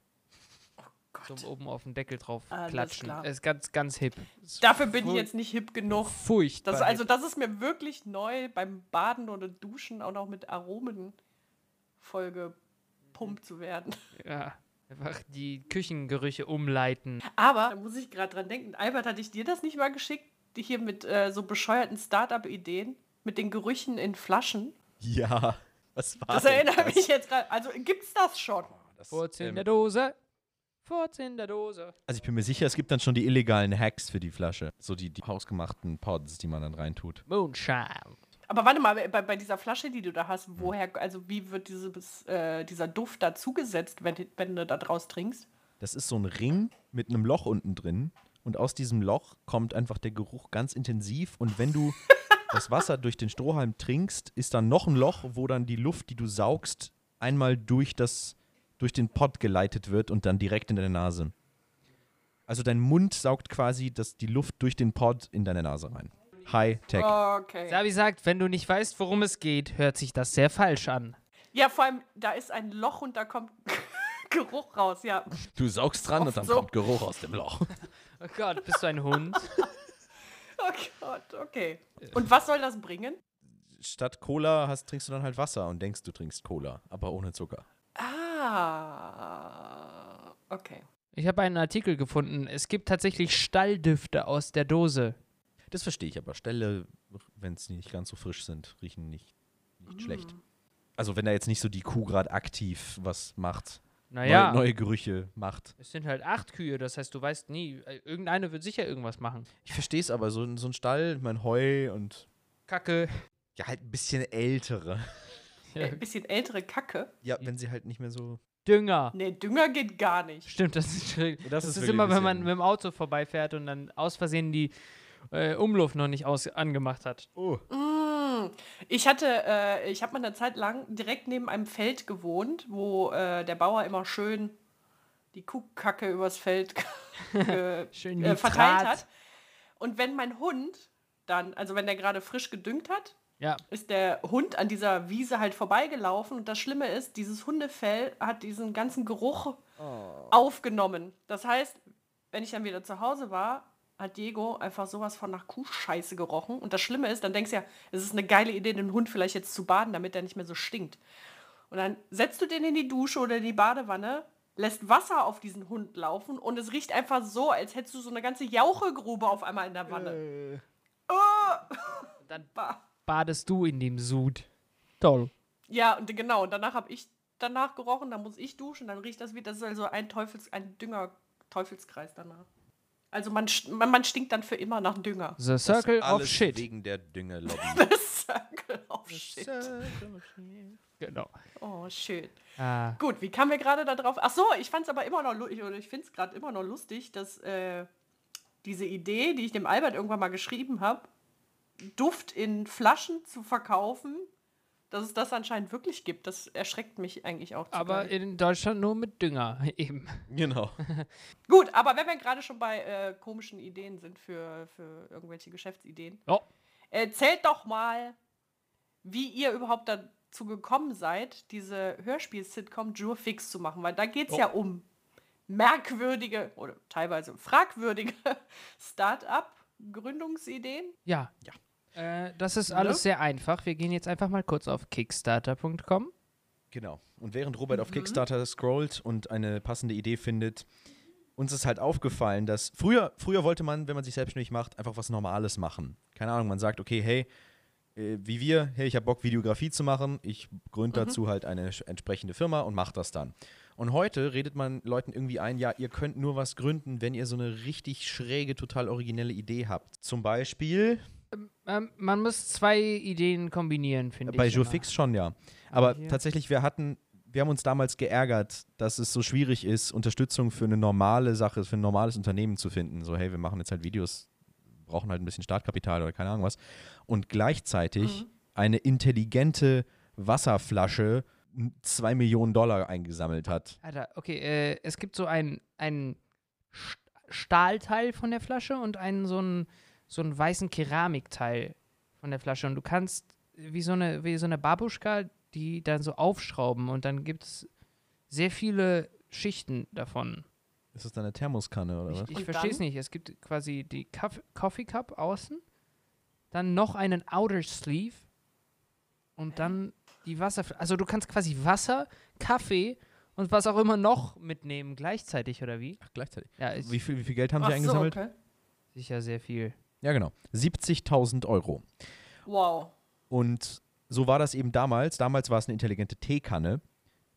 Speaker 5: Oh Gott.
Speaker 2: So oben auf den Deckel drauf
Speaker 5: Alles
Speaker 2: klatschen.
Speaker 5: klar.
Speaker 2: Ist ganz, ganz hip. Ist
Speaker 5: Dafür bin ich
Speaker 2: furch-
Speaker 5: jetzt nicht hip genug.
Speaker 2: Furchtbar.
Speaker 5: Das,
Speaker 2: hip.
Speaker 5: also das ist mir wirklich neu beim Baden oder Duschen auch noch mit Aromen vollgepumpt zu werden.
Speaker 2: ja. Einfach die Küchengerüche umleiten.
Speaker 5: Aber da muss ich gerade dran denken. Albert, hatte ich dir das nicht mal geschickt? Die hier mit äh, so bescheuerten Startup-Ideen, mit den Gerüchen in Flaschen.
Speaker 3: Ja. Was war
Speaker 5: Das erinnert mich jetzt gerade. Also gibt's das schon?
Speaker 2: Furz in der Dose. Furz in der Dose.
Speaker 3: ähm, Also ich bin mir sicher, es gibt dann schon die illegalen Hacks für die Flasche. So die, die hausgemachten Pods, die man dann reintut.
Speaker 2: Moonshine.
Speaker 5: Aber warte mal, bei, bei dieser Flasche, die du da hast, woher, also wie wird dieses, äh, dieser Duft da zugesetzt, wenn, wenn du da draus trinkst?
Speaker 3: Das ist so ein Ring mit einem Loch unten drin. Und aus diesem Loch kommt einfach der Geruch ganz intensiv. Und wenn du das Wasser durch den Strohhalm trinkst, ist dann noch ein Loch, wo dann die Luft, die du saugst, einmal durch, das, durch den Pott geleitet wird und dann direkt in deine Nase. Also dein Mund saugt quasi das, die Luft durch den Pod in deine Nase rein. High Tech.
Speaker 5: Oh. Okay.
Speaker 2: Sabi sagt, wenn du nicht weißt, worum es geht, hört sich das sehr falsch an.
Speaker 5: Ja, vor allem, da ist ein Loch und da kommt Geruch raus, ja.
Speaker 3: Du saugst dran
Speaker 5: und dann so. kommt
Speaker 3: Geruch aus dem Loch.
Speaker 2: Oh Gott, bist du ein Hund?
Speaker 5: Oh Gott, okay. Und was soll das bringen?
Speaker 3: Statt Cola hast, trinkst du dann halt Wasser und denkst, du trinkst Cola, aber ohne Zucker.
Speaker 5: Ah, okay.
Speaker 2: Ich habe einen Artikel gefunden. Es gibt tatsächlich Stalldüfte aus der Dose.
Speaker 3: Das verstehe ich aber. Ställe, wenn es nicht ganz so frisch sind, riechen nicht, nicht
Speaker 2: Mm.
Speaker 3: schlecht.
Speaker 5: Hm,
Speaker 3: Also wenn da jetzt nicht so die Kuh gerade aktiv was macht,
Speaker 2: Naja,
Speaker 3: neue, neue Gerüche macht.
Speaker 2: es sind halt acht Kühe, das heißt, du weißt nie. Irgendeine wird sicher irgendwas machen.
Speaker 3: Ich verstehe es aber, so, ein- so ein Stall, mein Heu und
Speaker 2: Kacke.
Speaker 3: ja, halt ein bisschen ältere.
Speaker 5: Ein äh, bisschen ältere Kacke.
Speaker 3: Ja, wenn sie halt nicht mehr so.
Speaker 2: Dünger.
Speaker 5: Nee, Dünger geht gar nicht.
Speaker 2: Stimmt, das ist schräg.
Speaker 3: Das ist
Speaker 2: ist,
Speaker 3: wirklich
Speaker 2: immer,
Speaker 3: ein
Speaker 2: wenn man
Speaker 3: bisschen-
Speaker 2: mit dem Auto vorbeifährt und dann aus Versehen die äh, Umluft noch nicht aus angemacht hat.
Speaker 5: Mm. Ich hatte, äh, ich habe mal eine Zeit lang direkt neben einem Feld gewohnt, wo äh, der Bauer immer schön die Kuhkacke übers Feld ge-
Speaker 2: Schön
Speaker 5: äh,
Speaker 2: Nitrat.
Speaker 5: verteilt hat. Und wenn mein Hund dann, also wenn der gerade frisch gedüngt hat,
Speaker 2: Ja,
Speaker 5: ist der Hund an dieser Wiese halt vorbeigelaufen und das Schlimme ist, dieses Hundefell hat diesen ganzen Geruch aufgenommen. Das heißt, wenn ich dann wieder zu Hause war, hat Diego einfach sowas von nach Kuhscheiße gerochen. Und das Schlimme ist, dann denkst du ja, es ist eine geile Idee, den Hund vielleicht jetzt zu baden, damit er nicht mehr so stinkt. Und dann setzt du den in die Dusche oder in die Badewanne, lässt Wasser auf diesen Hund laufen und es riecht einfach so, als hättest du so eine ganze Jauchegrube auf einmal in der Wanne. Oh.
Speaker 2: dann
Speaker 5: Bah.
Speaker 2: badest du in dem Sud. Toll.
Speaker 5: Ja, und genau, und danach habe ich danach gerochen, dann muss ich duschen, dann riecht das wieder, das ist also ein Teufels, ein Dünger Teufelskreis danach. Also man, st- man, man stinkt dann für immer nach Dünger.
Speaker 2: The Circle of Shit.
Speaker 3: wegen der Düngelobby.
Speaker 5: Circle of Shit.
Speaker 2: Genau.
Speaker 5: Oh, schön.
Speaker 2: Ah,
Speaker 5: Gut, wie kamen wir gerade da drauf? Ach so, ich fand es aber immer noch, lu- ich, oder ich finde es gerade immer noch lustig, dass äh, diese Idee, die ich dem Albert irgendwann mal geschrieben habe, Duft in Flaschen zu verkaufen, dass es das anscheinend wirklich gibt, das erschreckt mich eigentlich auch.
Speaker 2: aber
Speaker 5: zugleich.
Speaker 2: in Deutschland nur mit Dünger eben.
Speaker 3: genau.
Speaker 5: Gut, aber wenn wir gerade schon bei äh, komischen Ideen sind für, für irgendwelche Geschäftsideen,
Speaker 2: Ja.
Speaker 5: erzählt doch mal, wie ihr überhaupt dazu gekommen seid, diese Hörspiel-Sitcom Jure Fix zu machen, weil da geht es ja um merkwürdige oder teilweise fragwürdige Start-up-Gründungsideen.
Speaker 2: Ja. Äh, das ist alles
Speaker 5: Ne?
Speaker 2: sehr einfach. Wir gehen jetzt einfach mal kurz auf kickstarter.com.
Speaker 3: Genau. Und während Robert auf Kickstarter scrollt und eine passende Idee findet, uns ist halt aufgefallen, dass früher, früher wollte man, wenn man sich selbstständig macht, einfach was Normales machen. Keine Ahnung, man sagt, okay, hey, äh, wie wir, hey, ich habe Bock, Videografie zu machen, ich gründe dazu halt eine sch- entsprechende Firma und mache das dann. Und heute redet man Leuten irgendwie ein, ja, ihr könnt nur was gründen, wenn ihr so eine richtig schräge, total originelle Idee habt. Zum Beispiel
Speaker 2: Ähm, man muss zwei Ideen kombinieren, finde ich.
Speaker 3: bei
Speaker 2: immer.
Speaker 3: Jurfix schon, ja. Aber tatsächlich, wir hatten, wir haben uns damals geärgert, dass es so schwierig ist, Unterstützung für eine normale Sache, für ein normales Unternehmen zu finden. So, hey, wir machen jetzt halt Videos, brauchen halt ein bisschen Startkapital oder keine Ahnung was. Und gleichzeitig eine intelligente Wasserflasche m, zwei Millionen Dollar eingesammelt hat.
Speaker 2: Alter, okay, äh, es gibt so einen, einen Sch- Stahlteil von der Flasche und einen so einen, so einen weißen Keramikteil von der Flasche. Und du kannst äh, wie so eine, wie so eine Babuschka die dann so aufschrauben und dann gibt es sehr viele Schichten davon.
Speaker 3: Ist das dann eine Thermoskanne oder was?
Speaker 2: Ich, ich
Speaker 5: Und
Speaker 2: verstehe es
Speaker 5: dann?
Speaker 2: nicht. Es gibt quasi die Cuff Coffee Cup außen, dann noch einen Outer Sleeve und dann die Wasser. Also du kannst quasi Wasser, Kaffee und was auch immer noch mitnehmen gleichzeitig oder wie?
Speaker 3: Ach, gleichzeitig.
Speaker 2: Ja, ist
Speaker 3: Wie viel, wie viel Geld haben
Speaker 5: Ach
Speaker 3: sie
Speaker 5: so,
Speaker 3: eingesammelt?
Speaker 5: okay.
Speaker 2: sicher sehr viel.
Speaker 3: Ja, genau. 70.000 Euro.
Speaker 5: Wow.
Speaker 3: Und so war das eben damals. Damals war es eine intelligente Teekanne,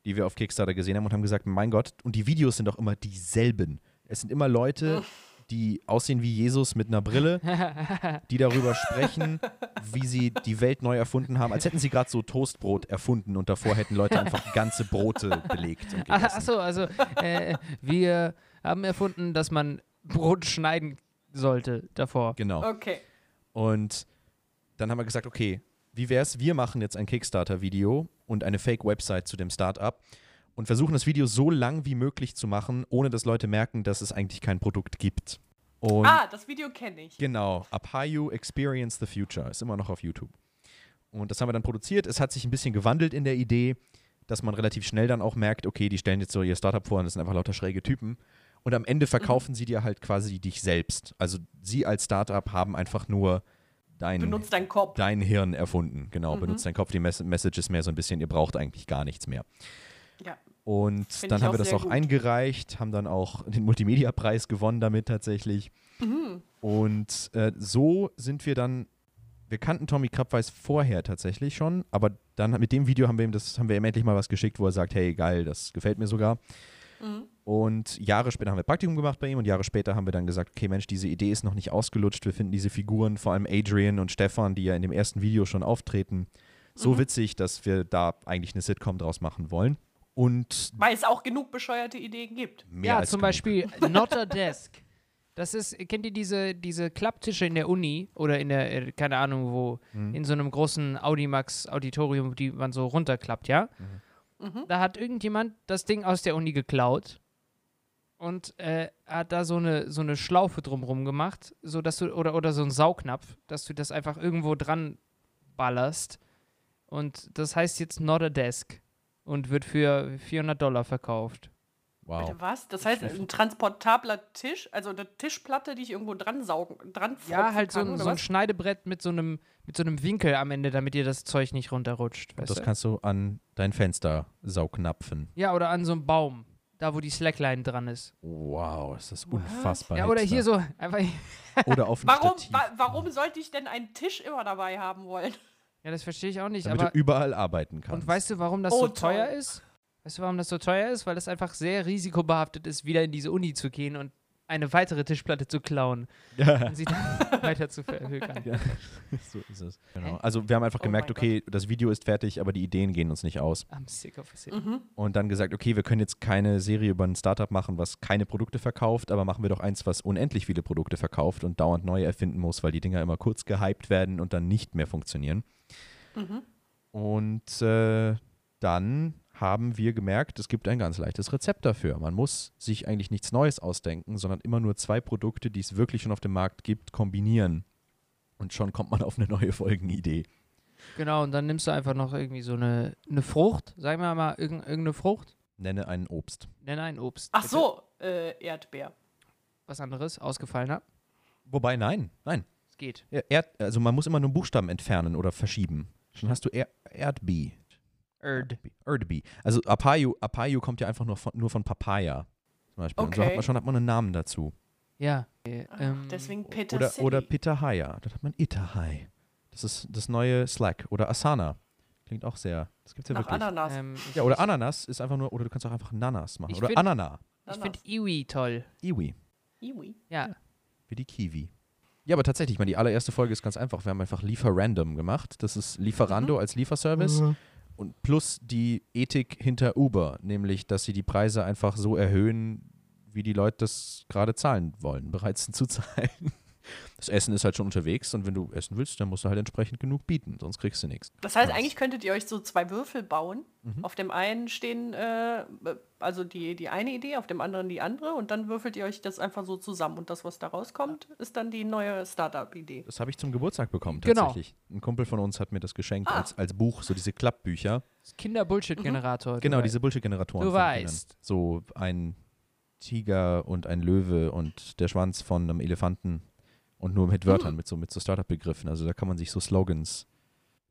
Speaker 3: die wir auf Kickstarter gesehen haben und haben gesagt, mein Gott, und die Videos sind doch immer dieselben. Es sind immer Leute, die aussehen wie Jesus mit einer Brille, die darüber sprechen, wie sie die Welt neu erfunden haben, als hätten sie gerade so Toastbrot erfunden und davor hätten Leute einfach ganze Brote belegt. Und gegessen.
Speaker 2: Achso, also äh, wir haben erfunden, dass man Brot schneiden sollte davor.
Speaker 3: Genau.
Speaker 5: Okay.
Speaker 3: Und dann haben wir gesagt, okay, wie wär's, wir machen jetzt ein Kickstarter-Video und eine Fake-Website zu dem Startup und versuchen das Video so lang wie möglich zu machen, ohne dass Leute merken, dass es eigentlich kein Produkt gibt. Und
Speaker 5: Ah, das Video kenne ich.
Speaker 3: genau, Apayu Experience the Future ist immer noch auf YouTube. Und das haben wir dann produziert. Es hat sich ein bisschen gewandelt in der Idee, dass man relativ schnell dann auch merkt, okay, die stellen jetzt so ihr Startup vor und das sind einfach lauter schräge Typen. Und am Ende verkaufen sie dir halt quasi dich selbst. Also sie als Startup haben einfach nur dein,
Speaker 5: Benutzt deinen Kopf.
Speaker 3: dein Hirn erfunden. Genau, benutzt dein Kopf. Die Mess Message ist mehr so ein bisschen, ihr braucht eigentlich gar nichts mehr.
Speaker 5: Ja.
Speaker 3: Und
Speaker 5: Find
Speaker 3: dann
Speaker 5: ich
Speaker 3: haben
Speaker 5: auch
Speaker 3: wir das
Speaker 5: sehr
Speaker 3: auch
Speaker 5: gut.
Speaker 3: eingereicht, haben dann auch den Multimedia-Preis gewonnen damit tatsächlich.
Speaker 5: Mhm.
Speaker 3: Und äh, so sind wir dann, wir kannten Tommy Krabweis vorher tatsächlich schon, aber dann mit dem Video haben wir ihm das, haben wir ihm endlich mal was geschickt, wo er sagt, hey geil, das gefällt mir sogar.
Speaker 5: Mhm.
Speaker 3: Und Jahre später haben wir Praktikum gemacht bei ihm und Jahre später haben wir dann gesagt, okay Mensch, diese Idee ist noch nicht ausgelutscht, wir finden diese Figuren, vor allem Adrian und Stefan, die ja in dem ersten Video schon auftreten,
Speaker 5: Mhm.
Speaker 3: so witzig, dass wir da eigentlich eine Sitcom draus machen wollen. Und
Speaker 5: Weil es auch genug bescheuerte Ideen gibt.
Speaker 3: mehr
Speaker 2: ja,
Speaker 3: als
Speaker 2: zum
Speaker 3: genug.
Speaker 2: Beispiel Not a Desk. Das ist, kennt ihr diese, diese Klapptische in der Uni oder in der, äh, keine Ahnung wo,
Speaker 3: Mhm.
Speaker 2: in so einem großen Audimax-Auditorium, die man so runterklappt, ja? Da hat irgendjemand das Ding aus der Uni geklaut und äh, hat da so eine, so eine Schlaufe drumrum gemacht, so dass du, oder, oder so ein Saugnapf, dass du das einfach irgendwo dran ballerst. Und das heißt jetzt Not a Desk und wird für 400 Dollar verkauft.
Speaker 3: Wow.
Speaker 5: Bitte was? Das heißt, ein transportabler Tisch, also eine Tischplatte, die ich irgendwo dran saugen, dran
Speaker 2: Ja,
Speaker 5: fropfen
Speaker 2: halt so
Speaker 5: kann,
Speaker 2: ein,
Speaker 5: oder
Speaker 2: so ein
Speaker 5: was?
Speaker 2: Schneidebrett mit so einem mit so einem Winkel am Ende, damit dir das Zeug nicht runterrutscht. Weißt
Speaker 3: Das
Speaker 2: du?
Speaker 3: kannst du an dein Fenster saugnapfen.
Speaker 2: Ja, oder an so einem Baum, da wo die Slackline dran ist.
Speaker 3: Wow, ist das unfassbar.
Speaker 2: Ja, oder hier
Speaker 3: hipster.
Speaker 2: so einfach.
Speaker 3: Oder auf dem
Speaker 5: Warum,
Speaker 3: Stativ,
Speaker 5: wa warum sollte ich denn einen Tisch immer dabei haben wollen?
Speaker 2: Ja, das verstehe ich auch nicht.
Speaker 3: damit
Speaker 2: aber
Speaker 3: du überall arbeiten kannst.
Speaker 2: und weißt du, warum das
Speaker 5: Oh,
Speaker 2: so teuer
Speaker 5: toll.
Speaker 2: ist? Weißt du, warum das so teuer ist? Weil es einfach sehr risikobehaftet ist, wieder in diese Uni zu gehen und eine weitere Tischplatte zu klauen und sie dann weiter zu verhökern.
Speaker 3: Ja. so ist es. Genau.
Speaker 2: Hä?
Speaker 3: Also wir haben einfach
Speaker 5: Oh
Speaker 3: gemerkt,
Speaker 5: mein
Speaker 3: okay, das Video ist fertig, aber die Ideen gehen uns nicht aus.
Speaker 2: I'm sick of it.
Speaker 5: Mhm.
Speaker 3: Und dann gesagt, okay, wir können jetzt keine Serie über ein Startup machen, was keine Produkte verkauft, aber machen wir doch eins, was unendlich viele Produkte verkauft und dauernd neue erfinden muss, weil die Dinger immer kurz gehypt werden und dann nicht mehr funktionieren. Und äh, dann haben wir gemerkt, es gibt ein ganz leichtes Rezept dafür. Man muss sich eigentlich nichts Neues ausdenken, sondern immer nur zwei Produkte, die es wirklich schon auf dem Markt gibt, kombinieren. Und schon kommt man auf eine neue Folgenidee.
Speaker 2: Genau, und dann nimmst du einfach noch irgendwie so eine, eine Frucht, sagen wir mal, irgend- irgendeine Frucht.
Speaker 3: Nenne einen Obst.
Speaker 2: Nenn ein Obst.
Speaker 5: Ach
Speaker 2: bitte.
Speaker 5: so, äh, Erdbeer.
Speaker 2: Was anderes, ausgefallener.
Speaker 3: Wobei, nein, nein.
Speaker 2: Es geht.
Speaker 3: Er- Erd, also man muss immer nur Buchstaben entfernen oder verschieben. Schon hast du er, Erdbi.
Speaker 2: Erd.
Speaker 3: Erdbi. Also Apayu, Apayu kommt ja einfach nur von, nur von Papaya. Zum Beispiel. Und so hat
Speaker 5: Okay.
Speaker 3: man, schon hat man einen Namen dazu.
Speaker 2: Ja. Äh, ähm,
Speaker 5: Ah, Deswegen
Speaker 3: Oder,
Speaker 5: Petersilli.
Speaker 3: oder Pitahaya. Dann hat man Itahai. Das ist das neue Slack. Oder Asana. Klingt auch sehr. Das gibt's ja
Speaker 5: Nach
Speaker 3: wirklich.
Speaker 5: Ananas.
Speaker 2: ähm, ich-
Speaker 3: Ja, oder Ananas ist einfach nur, oder du kannst auch einfach Nanas machen.
Speaker 2: Ich
Speaker 3: oder
Speaker 2: find-
Speaker 3: Anana.
Speaker 2: Ich
Speaker 5: Ananas.
Speaker 2: finde Iwi toll.
Speaker 3: Iwi.
Speaker 5: Iwi.
Speaker 2: Ja.
Speaker 3: Wie die Kiwi. Ja, aber tatsächlich, ich meine, die allererste Folge ist ganz einfach. Wir haben einfach Lieferandom gemacht. Das ist Lieferando als Lieferservice. Und plus die Ethik hinter Uber, nämlich, dass sie die Preise einfach so erhöhen, wie die Leute das gerade zahlen wollen, bereit sind zu zahlen. Das Essen ist halt schon unterwegs und wenn du essen willst, dann musst du halt entsprechend genug bieten, sonst kriegst du nichts.
Speaker 5: Das heißt,
Speaker 3: Krass.
Speaker 5: eigentlich könntet ihr euch so zwei Würfel bauen.
Speaker 2: Mhm.
Speaker 5: Auf dem einen stehen äh, also die, die eine Idee, auf dem anderen die andere und dann würfelt ihr euch das einfach so zusammen und das, was da rauskommt, ist dann die neue Startup-Idee.
Speaker 3: Das habe ich zum Geburtstag bekommen,
Speaker 2: Genau.
Speaker 3: tatsächlich. Ein Kumpel von uns hat mir das geschenkt als, als Buch, so diese Klappbücher.
Speaker 2: Kinder-Bullshit-Generator.
Speaker 3: Genau, diese Bullshit-Generatoren.
Speaker 2: Du
Speaker 3: von Kindern.
Speaker 2: weißt.
Speaker 3: So ein Tiger und ein Löwe und der Schwanz von einem Elefanten und nur mit Wörtern, mit so, mit so Startup-Begriffen. Also da kann man sich so Slogans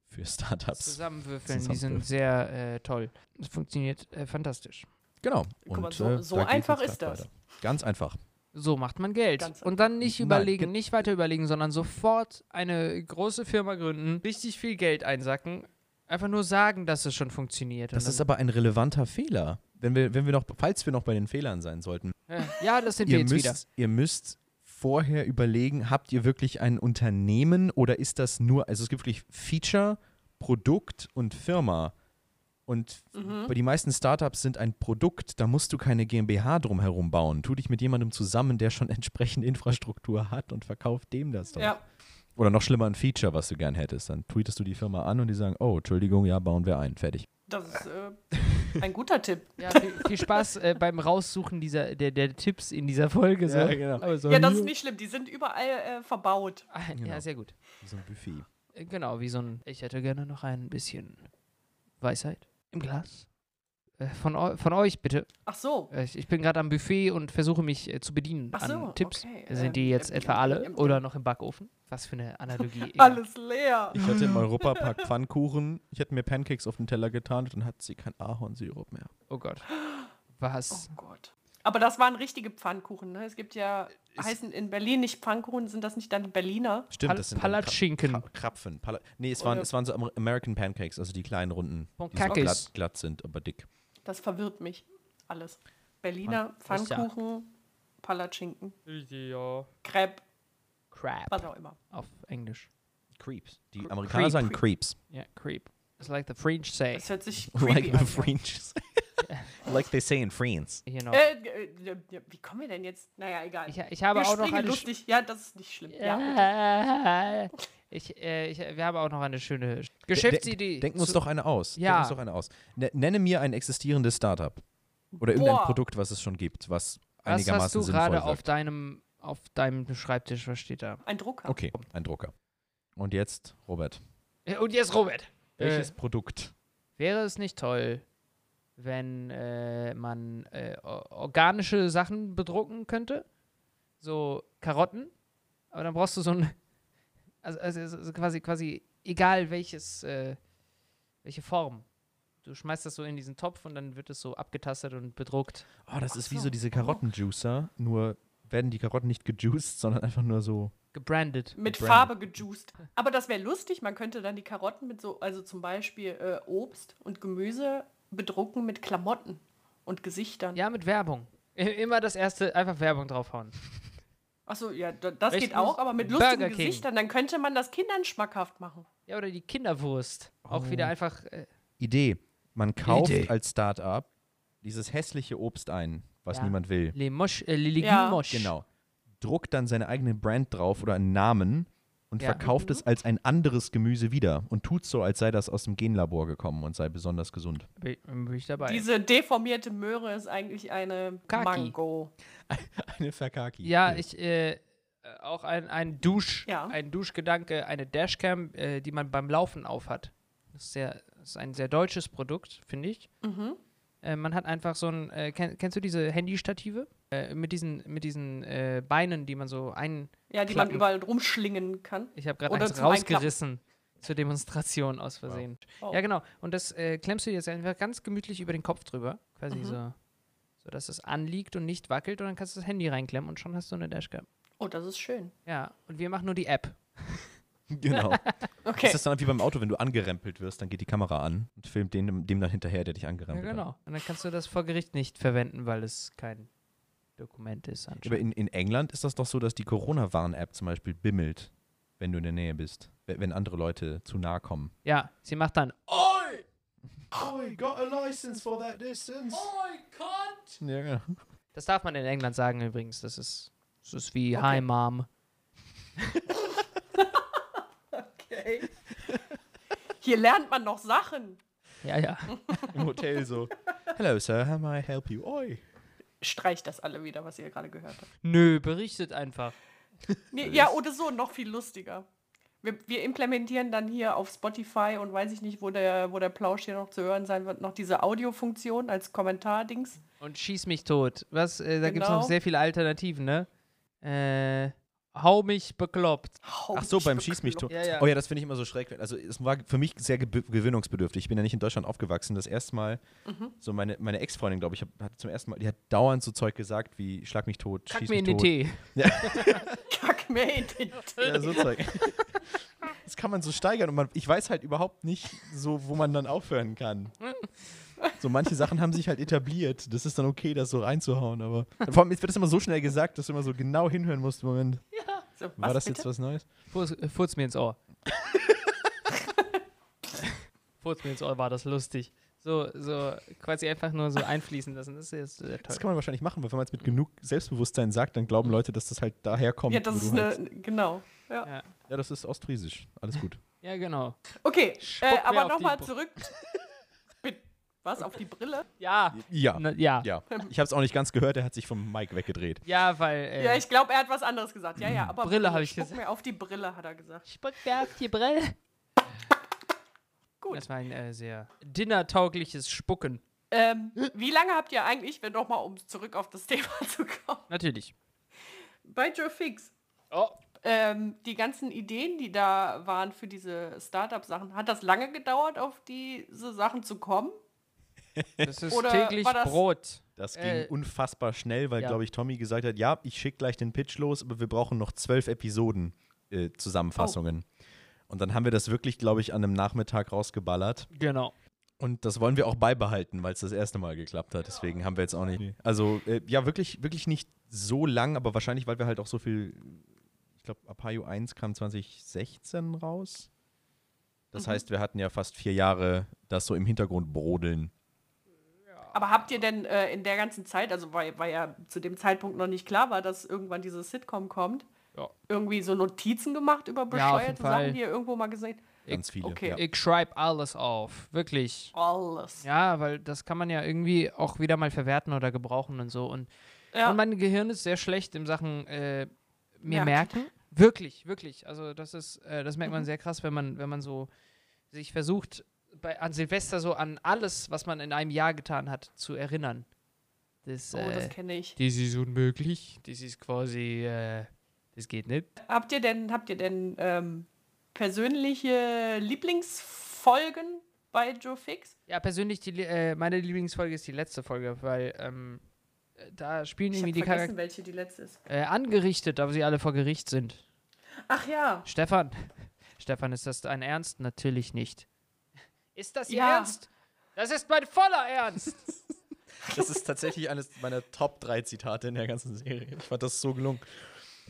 Speaker 3: für Startups.
Speaker 2: Zusammenwürfeln, die
Speaker 3: Zusammenwürfeln.
Speaker 2: sind sehr äh, toll. Das funktioniert äh, fantastisch.
Speaker 3: Genau.
Speaker 5: Guck mal,
Speaker 3: Und,
Speaker 5: so-
Speaker 3: äh,
Speaker 5: so
Speaker 3: da geht's
Speaker 5: einfach
Speaker 3: jetzt
Speaker 5: ist
Speaker 3: grad
Speaker 5: das.
Speaker 3: weiter. Ganz einfach.
Speaker 2: So macht man Geld.
Speaker 5: Ganz
Speaker 2: Und dann nicht
Speaker 3: Nein,
Speaker 2: überlegen,
Speaker 3: ge-
Speaker 2: nicht weiter überlegen, sondern sofort eine große Firma gründen, richtig viel Geld einsacken, einfach nur sagen, dass es schon funktioniert. Und
Speaker 3: Das ist
Speaker 2: dann,
Speaker 3: aber ein relevanter Fehler. Wenn wir, wenn wir noch, falls wir noch bei den Fehlern sein sollten,
Speaker 2: äh, ja, das sind wir
Speaker 3: ihr
Speaker 2: jetzt wieder.
Speaker 3: müsst, ihr müsst vorher überlegen, habt ihr wirklich ein Unternehmen oder ist das nur, also es gibt wirklich Feature, Produkt und Firma. Und bei die meisten Startups sind ein Produkt, da musst du keine GmbH drumherum bauen. Tu dich mit jemandem zusammen, der schon entsprechende Infrastruktur hat und verkauf dem das doch.
Speaker 5: Ja,
Speaker 3: Oder noch schlimmer ein Feature, was du gern hättest. Dann tweetest du die Firma an und die sagen, oh, Entschuldigung, ja, bauen wir ein. Fertig.
Speaker 5: das ist äh, ein guter Tipp.
Speaker 2: Ja, viel, viel Spaß äh, beim Raussuchen dieser, der, der Tipps in dieser Folge. So.
Speaker 3: genau.
Speaker 5: Ja, das ist nicht schlimm. Die sind überall äh, verbaut.
Speaker 2: Ah, Ja, sehr gut.
Speaker 3: So ein Buffet.
Speaker 2: Äh, Genau, wie so ein, ich hätte gerne noch ein bisschen Weisheit im Glas. Äh, Von, eu- von euch bitte.
Speaker 5: Ach so.
Speaker 2: Äh, Ich, ich bin gerade am Buffet und versuche mich äh, zu bedienen
Speaker 5: Ach so,
Speaker 2: an Tipps.
Speaker 5: okay. Ähm,
Speaker 2: Sind die jetzt
Speaker 5: ähm,
Speaker 2: etwa
Speaker 5: ähm,
Speaker 2: alle
Speaker 5: ähm,
Speaker 2: oder noch im Backofen? Was für eine Analogie. egal.
Speaker 5: Alles leer.
Speaker 3: Ich hatte im Europapark Pfannkuchen. Ich hätte mir Pancakes auf den Teller getan und dann hat sie kein Ahornsirup mehr.
Speaker 2: Oh Gott. Was?
Speaker 5: Oh Gott. Aber das waren richtige Pfannkuchen. Ne? Es gibt ja, heißen in Berlin nicht Pfannkuchen, sind das nicht dann Berliner?
Speaker 3: Stimmt,
Speaker 2: Pal-
Speaker 3: das sind
Speaker 2: Palatschinken.
Speaker 3: Krapfen. Krapfen. Pala nee, es waren, es waren so Amer- American Pancakes, also die kleinen runden, die so
Speaker 2: Pancakes.
Speaker 3: glatt, glatt sind, aber dick.
Speaker 5: Das verwirrt mich alles. Berliner
Speaker 2: Pan- Ist ja-
Speaker 5: Pfannkuchen, Palatschinken,
Speaker 2: Ja.
Speaker 5: Crepe, was
Speaker 2: Crap.
Speaker 5: auch immer.
Speaker 2: Auf Englisch.
Speaker 3: Creeps. Die
Speaker 2: Cre-
Speaker 3: Amerikaner
Speaker 2: Creep.
Speaker 3: sagen Creeps.
Speaker 2: Ja, creep. It's like the French say.
Speaker 5: Das hört sich creepy
Speaker 3: Like
Speaker 5: an.
Speaker 3: the French. like they say in France.
Speaker 2: You know.
Speaker 5: Äh, äh, äh, wie kommen wir denn jetzt? Naja, egal.
Speaker 2: Ich, ich habe
Speaker 5: wir
Speaker 2: auch noch
Speaker 5: springen
Speaker 2: eine Sch-
Speaker 5: lustig. Ja, das ist nicht schlimm. Ja. bitte.
Speaker 2: ich, äh, ich, wir haben auch noch eine schöne
Speaker 3: De-
Speaker 2: Geschäftsidee.
Speaker 3: de- Denken uns
Speaker 2: zu-
Speaker 3: doch eine aus.
Speaker 2: Ja.
Speaker 3: Denken uns doch eine aus. N nenne mir ein existierendes Startup. Oder irgendein
Speaker 5: Boah.
Speaker 3: Produkt, was es schon gibt, was
Speaker 2: Was
Speaker 3: einigermaßen
Speaker 2: hast du
Speaker 3: sinnvoll
Speaker 2: gerade
Speaker 3: wirkt.
Speaker 2: auf deinem, auf deinem Schreibtisch? Was steht da?
Speaker 5: Ein Drucker.
Speaker 3: Okay, ein Drucker. Und jetzt, Robert.
Speaker 2: Äh, Und jetzt Robert. Äh,
Speaker 3: Welches Produkt?
Speaker 2: Wäre es nicht toll, wenn äh, man äh, o- organische Sachen bedrucken könnte? So Karotten? Aber dann brauchst du so ein. Also, also, also also quasi, quasi egal welches, äh, welche Form. Du schmeißt das so in diesen Topf und dann wird es so abgetastet und bedruckt.
Speaker 3: Oh, das ist wie so diese Karottenjuicer, nur werden die Karotten nicht gejuiced, sondern einfach nur so.
Speaker 2: Gebrandet.
Speaker 5: Mit
Speaker 3: Branded.
Speaker 5: Farbe gejuiced. Aber das wäre lustig. Man könnte dann die Karotten mit so, also zum Beispiel äh, Obst und Gemüse bedrucken mit Klamotten und Gesichtern.
Speaker 2: Ja, mit Werbung. I- Immer das erste, einfach Werbung draufhauen.
Speaker 5: Achso, ja, d- das
Speaker 2: Rechts
Speaker 5: geht auch,
Speaker 2: muss
Speaker 5: aber mit
Speaker 2: Burger
Speaker 5: lustigen
Speaker 2: King.
Speaker 5: Gesichtern. Dann könnte man das Kindern schmackhaft machen.
Speaker 2: Ja, oder die Kinderwurst. Auch wieder einfach. Äh,
Speaker 3: Idee. Man kauft
Speaker 2: Idee.
Speaker 3: als Start-up dieses hässliche Obst ein, was
Speaker 2: Ja.
Speaker 3: niemand will.
Speaker 2: Le Mosch, äh, Le
Speaker 5: Ja.
Speaker 2: Legimosch.
Speaker 3: Genau. Druckt dann seine eigene Brand drauf oder einen Namen und
Speaker 2: Ja. Mhm.
Speaker 3: verkauft es als ein anderes Gemüse wieder und tut so, als sei das aus dem Genlabor gekommen und sei besonders gesund.
Speaker 2: Bin, bin ich dabei.
Speaker 5: Diese deformierte Möhre ist eigentlich eine
Speaker 2: Kaki.
Speaker 5: Mango.
Speaker 3: Eine Verkaki.
Speaker 2: ja, ich. Äh, auch ein, ein Dusch,
Speaker 5: Ja.
Speaker 2: ein Duschgedanke, eine Dashcam, äh, die man beim Laufen aufhat. Das ist, sehr, das ist ein sehr deutsches Produkt, finde ich.
Speaker 5: Mhm.
Speaker 2: Äh, man hat einfach so ein, äh, kenn, kennst du diese Handystative? Äh, mit diesen, mit diesen äh, Beinen, die man so ein,
Speaker 5: Ja, die
Speaker 2: Klappen.
Speaker 5: man überall rumschlingen kann.
Speaker 2: Ich habe gerade
Speaker 5: Oder
Speaker 2: eins
Speaker 5: zum Einklappen.
Speaker 2: rausgerissen zur Demonstration aus Versehen.
Speaker 5: Oh.
Speaker 2: Ja, genau. Und das äh, klemmst du dir jetzt einfach ganz gemütlich über den Kopf drüber. Quasi so, so, dass es anliegt und nicht wackelt. Und dann kannst du das Handy reinklemmen und schon hast du eine Dashcam.
Speaker 5: Oh, das ist schön.
Speaker 2: Ja, und wir machen nur die App.
Speaker 3: Genau.
Speaker 5: Okay.
Speaker 3: Das ist dann wie beim Auto, wenn du angerempelt wirst, dann geht die Kamera an und filmt den, dem dann hinterher, der dich
Speaker 2: Ja,
Speaker 3: angerempelt hat.
Speaker 2: genau. Und dann kannst du das vor Gericht nicht verwenden, weil es kein Dokument ist.
Speaker 3: Aber
Speaker 2: anscheinend.
Speaker 3: in, in England ist das doch so, dass die Corona-Warn-App zum Beispiel bimmelt, wenn du in der Nähe bist, we- wenn andere Leute zu nahe kommen.
Speaker 2: Ja, sie macht dann.
Speaker 3: Oi! Oi, got a license for that distance. Oi, cunt! Ja, genau.
Speaker 2: Das darf man in England sagen übrigens. Das ist, das ist wie Hi Mom.
Speaker 5: Okay. Hier lernt man noch Sachen.
Speaker 2: Ja, ja.
Speaker 3: Im Hotel so. Hello, sir, how may I help you? Oi.
Speaker 5: Streicht das alle wieder, was ihr gerade gehört habt.
Speaker 2: Nö, berichtet einfach.
Speaker 5: Nee, ja, oder so, noch viel lustiger. Wir, wir implementieren dann hier auf Spotify und weiß ich nicht, wo der, wo der Plausch hier noch zu hören sein wird, noch diese Audiofunktion als Kommentardings.
Speaker 2: Und schieß mich tot. Was? Äh, da gibt es noch
Speaker 5: Genau.
Speaker 2: sehr viele Alternativen, ne? Äh, hau mich bekloppt.
Speaker 5: Hau
Speaker 3: Ach so,
Speaker 5: mich
Speaker 3: beim
Speaker 5: bekloppt.
Speaker 3: Schieß mich tot.
Speaker 2: Ja, ja.
Speaker 3: Oh ja, das finde ich immer so schräg. Also es war für mich sehr geb- gewinnungsbedürftig. Ich bin ja nicht in Deutschland aufgewachsen. Das erste Mal,
Speaker 2: Mhm.
Speaker 3: so meine, meine Ex-Freundin, glaube ich, hab, hat zum ersten Mal, die hat dauernd so Zeug gesagt wie Schlag mich tot,
Speaker 2: Kack
Speaker 3: schieß
Speaker 2: mir
Speaker 3: mich
Speaker 2: in den
Speaker 3: tot.
Speaker 2: Tee.
Speaker 5: Kack mir in den
Speaker 3: Ja, so Zeug. Das kann man so steigern und man, ich weiß halt überhaupt nicht so, wo man dann aufhören kann. So manche Sachen haben sich halt etabliert. Das ist dann okay, das so reinzuhauen, aber vor allem jetzt wird das immer so schnell gesagt, dass du immer so genau hinhören musst. Moment,
Speaker 5: So,
Speaker 3: war
Speaker 5: was
Speaker 3: das
Speaker 5: bitte?
Speaker 3: jetzt was Neues?
Speaker 2: Furz, äh, furz mir ins Ohr. furz mir ins Ohr war das lustig. So, so quasi einfach nur so einfließen lassen. Das ist sehr toll.
Speaker 3: Das kann man wahrscheinlich machen, weil wenn man es mit genug Selbstbewusstsein sagt, dann glauben Leute, dass das halt daher kommt.
Speaker 5: Ja, das
Speaker 3: wo du
Speaker 5: ist eine,
Speaker 3: halt,
Speaker 5: genau. Ja.
Speaker 2: Ja.
Speaker 3: ja, das ist Ostfriesisch. Alles gut.
Speaker 2: ja, genau.
Speaker 5: Okay,
Speaker 2: Spuck
Speaker 5: äh,
Speaker 2: mir
Speaker 5: aber
Speaker 2: auf die
Speaker 5: nochmal
Speaker 2: Br-
Speaker 5: zurück. Bitte. Was, auf die Brille?
Speaker 2: Ja.
Speaker 3: Ja.
Speaker 2: Na, ja. ja.
Speaker 3: Ja. Ich habe es auch nicht ganz gehört, er hat sich vom Mike weggedreht.
Speaker 2: weil. Äh,
Speaker 5: Ja, ich glaube, er hat was anderes gesagt. Ja, ja, aber
Speaker 2: Brille habe ich
Speaker 5: spuck
Speaker 2: gesagt.
Speaker 5: mir auf die Brille, hat er gesagt.
Speaker 7: Spuck mir auf die Brille.
Speaker 5: Gut.
Speaker 2: Das war ein äh, sehr dinnertaugliches Spucken.
Speaker 5: Ähm, wie lange habt ihr eigentlich, wenn doch mal, um zurück auf das Thema zu kommen,
Speaker 2: Natürlich.
Speaker 5: bei Joe Fix?
Speaker 2: Oh.
Speaker 5: Ähm, die ganzen Ideen, die da waren für diese Startup-Sachen, hat das lange gedauert, auf diese Sachen zu kommen?
Speaker 2: Das ist
Speaker 5: Oder
Speaker 2: täglich
Speaker 5: war das-
Speaker 2: Brot.
Speaker 3: Das ging
Speaker 2: Äh,
Speaker 3: unfassbar schnell, weil,
Speaker 2: ja.
Speaker 3: glaube ich, Tommy gesagt hat, ja, ich schicke gleich den Pitch los, aber wir brauchen noch zwölf Episoden äh, Zusammenfassungen. Und dann haben wir das wirklich, glaube ich, an einem Nachmittag rausgeballert.
Speaker 2: Genau.
Speaker 3: Und das wollen wir auch beibehalten, weil es das erste Mal geklappt hat. Deswegen haben wir jetzt auch nicht. Also, äh, ja, wirklich, wirklich nicht so lang, aber wahrscheinlich, weil wir halt auch so viel. Ich glaube, Apayo 1 kam 2016 raus. Das heißt, wir hatten ja fast vier Jahre das so im Hintergrund brodeln.
Speaker 5: Aber habt ihr denn äh, in der ganzen Zeit, also weil, weil ja zu dem Zeitpunkt noch nicht klar war, dass irgendwann diese Sitcom kommt,
Speaker 2: Ja.
Speaker 5: irgendwie so Notizen gemacht über
Speaker 2: Ja, auf jeden
Speaker 5: bescheuerte
Speaker 2: Fall.
Speaker 5: Sachen, die ihr irgendwo mal gesehen
Speaker 3: Ganz viele.
Speaker 5: okay.
Speaker 3: Ja.
Speaker 2: Ich schreibe alles auf. Wirklich.
Speaker 5: Alles.
Speaker 2: Ja, weil das kann man ja irgendwie auch wieder mal verwerten oder gebrauchen und so. Und,
Speaker 5: Ja.
Speaker 2: und mein Gehirn ist sehr schlecht im Sachen äh, mir
Speaker 5: Merken. Mhm.
Speaker 2: merken. Wirklich, wirklich. Also das ist, äh, das merkt man sehr krass, wenn man, wenn man so sich versucht, bei, an Silvester so an alles, was man in einem Jahr getan hat, zu erinnern. Das,
Speaker 5: Oh, das
Speaker 2: äh,
Speaker 5: kenne ich.
Speaker 2: das ist unmöglich. Das ist quasi, äh, das geht nicht.
Speaker 5: Habt ihr denn, habt ihr denn ähm, persönliche Lieblingsfolgen bei Joe Fix?
Speaker 2: Ja, persönlich, die, Lie- äh, meine Lieblingsfolge ist die letzte Folge, weil ähm, da spielen
Speaker 5: Ich
Speaker 2: irgendwie
Speaker 5: habe
Speaker 2: die Charaktere.
Speaker 5: vergessen, welche die letzte ist.
Speaker 2: Äh, angerichtet, aber sie alle vor Gericht sind.
Speaker 5: Ach ja.
Speaker 2: Stefan, Stefan, ist das ein Ernst? Natürlich nicht. Ist das Ihr
Speaker 5: Ja.
Speaker 2: Ernst? Das ist mein voller Ernst.
Speaker 3: Das ist tatsächlich eines meiner Top 3 Zitate in der ganzen Serie. Ich fand das so gelungen.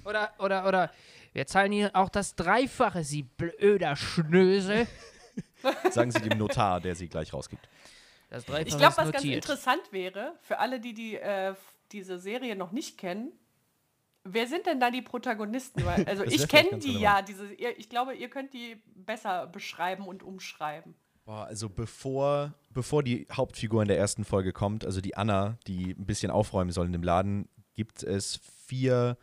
Speaker 2: Oder, oder, oder, wir zahlen Ihnen auch das Dreifache, Sie blöder Schnösel.
Speaker 3: Sagen Sie dem Notar, der sie gleich rausgibt.
Speaker 2: Das Dreifache
Speaker 5: Ich glaube,
Speaker 2: ist
Speaker 5: was ganz
Speaker 2: notiert.
Speaker 5: interessant wäre, für alle, die, die äh, f- diese Serie noch nicht kennen, wer sind denn da die Protagonisten? Weil, also
Speaker 3: Das wär
Speaker 5: ich
Speaker 3: vielleicht
Speaker 5: kenne
Speaker 3: ganz
Speaker 5: die
Speaker 3: relevant.
Speaker 5: ja, diese, ihr, ich glaube, ihr könnt die besser beschreiben und umschreiben.
Speaker 3: Boah, also bevor, bevor die Hauptfigur in der ersten Folge kommt, also die Anna, die ein bisschen aufräumen soll in dem Laden, gibt es vier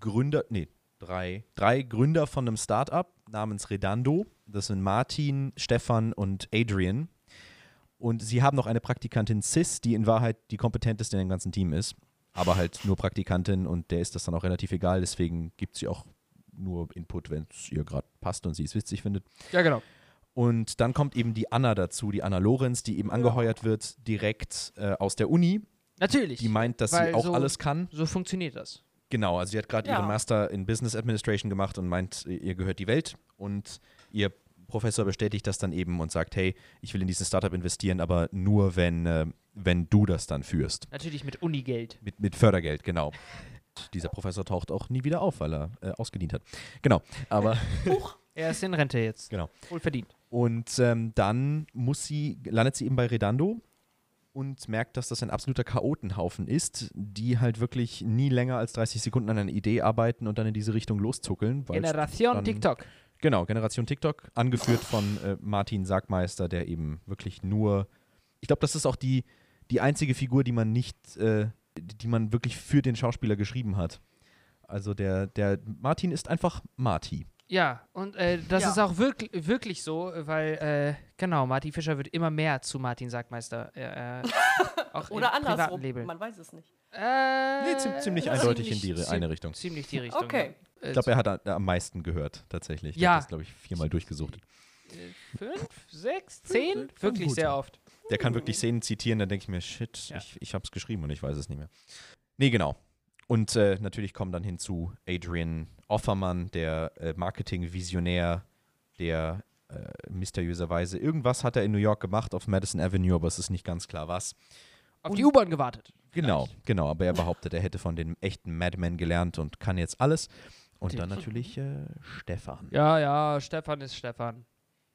Speaker 3: Gründer, nee, drei, drei Gründer von einem Startup namens Redando. Das sind Martin, Stefan und Adrian. Und sie haben noch eine Praktikantin Sis, die in Wahrheit die kompetenteste in dem ganzen Team ist. Aber halt nur Praktikantin und der ist das dann auch relativ egal. Deswegen gibt sie auch nur Input, wenn es ihr gerade passt und sie es witzig findet.
Speaker 2: Ja, genau.
Speaker 3: Und dann kommt eben die Anna dazu, die Anna Lorenz, die eben angeheuert wird direkt äh, aus der Uni.
Speaker 2: Natürlich.
Speaker 3: Die meint, dass
Speaker 2: Weil
Speaker 3: sie auch
Speaker 2: so-
Speaker 3: alles kann.
Speaker 2: So funktioniert das.
Speaker 3: Genau, also sie hat gerade
Speaker 5: Ja.
Speaker 3: ihren Master in Business Administration gemacht und meint, ihr gehört die Welt. Und ihr Professor bestätigt das dann eben und sagt, hey, ich will in dieses Startup investieren, aber nur, wenn, äh, wenn du das dann führst.
Speaker 2: Natürlich mit Unigeld.
Speaker 3: Mit, mit Fördergeld, genau. Dieser Professor taucht auch nie wieder auf, weil er äh, ausgedient hat. Genau, aber
Speaker 2: Er ist in Rente jetzt.
Speaker 3: genau.
Speaker 2: Wohl verdient.
Speaker 3: Und ähm, dann muss sie, landet sie eben bei Redando und merkt, dass das ein absoluter Chaotenhaufen ist, die halt wirklich nie länger als 30 Sekunden an einer Idee arbeiten und dann in diese Richtung loszuckeln. weil's
Speaker 2: Generation
Speaker 3: dann-
Speaker 2: TikTok.
Speaker 3: Genau, Generation TikTok, angeführt von äh, Martin Sagmeister, der eben wirklich nur, ich glaube, das ist auch die, die einzige Figur, die man nicht, äh, die man wirklich für den Schauspieler geschrieben hat. Also der, der Martin ist einfach Marti.
Speaker 2: Ja, und äh, das
Speaker 5: Ja.
Speaker 2: ist auch wirklich, wirklich so, weil, äh, genau, Martin Fischer wird immer mehr zu Martin Sagmeister. Äh, äh, auch
Speaker 5: Oder
Speaker 2: im
Speaker 5: andersrum,
Speaker 2: privaten Label.
Speaker 5: man weiß es nicht.
Speaker 2: Äh,
Speaker 3: Nee, ziem- ziemlich eindeutig in die Re-
Speaker 2: ziem-
Speaker 3: eine Richtung.
Speaker 2: Ziemlich die Richtung.
Speaker 5: Okay,
Speaker 2: ja. Äh,
Speaker 3: Ich glaube, er hat a- am meisten gehört, tatsächlich.
Speaker 2: Ja.
Speaker 3: Der hat das, glaube ich, viermal durchgesuchtet.
Speaker 2: Fünf, sechs, zehn?
Speaker 3: Fünf,
Speaker 2: Wirklich
Speaker 3: gut,
Speaker 2: sehr
Speaker 3: ja.
Speaker 2: oft.
Speaker 3: Der kann wirklich Szenen zitieren, dann denke ich mir, shit,
Speaker 2: Ja.
Speaker 3: ich, ich habe es geschrieben und ich weiß es nicht mehr. Nee, genau. Und äh, natürlich kommen dann hinzu Adrian Offermann, der äh, Marketing-Visionär, der äh, mysteriöserweise irgendwas hat er in New York gemacht auf Madison Avenue, aber es ist nicht ganz klar was.
Speaker 2: Auf die U-Bahn gewartet.
Speaker 3: Genau, genau. Aber er behauptet, er hätte von dem echten Madman gelernt und kann jetzt alles. Und dann natürlich äh, Stefan.
Speaker 2: Ja, ja, Stefan ist Stefan.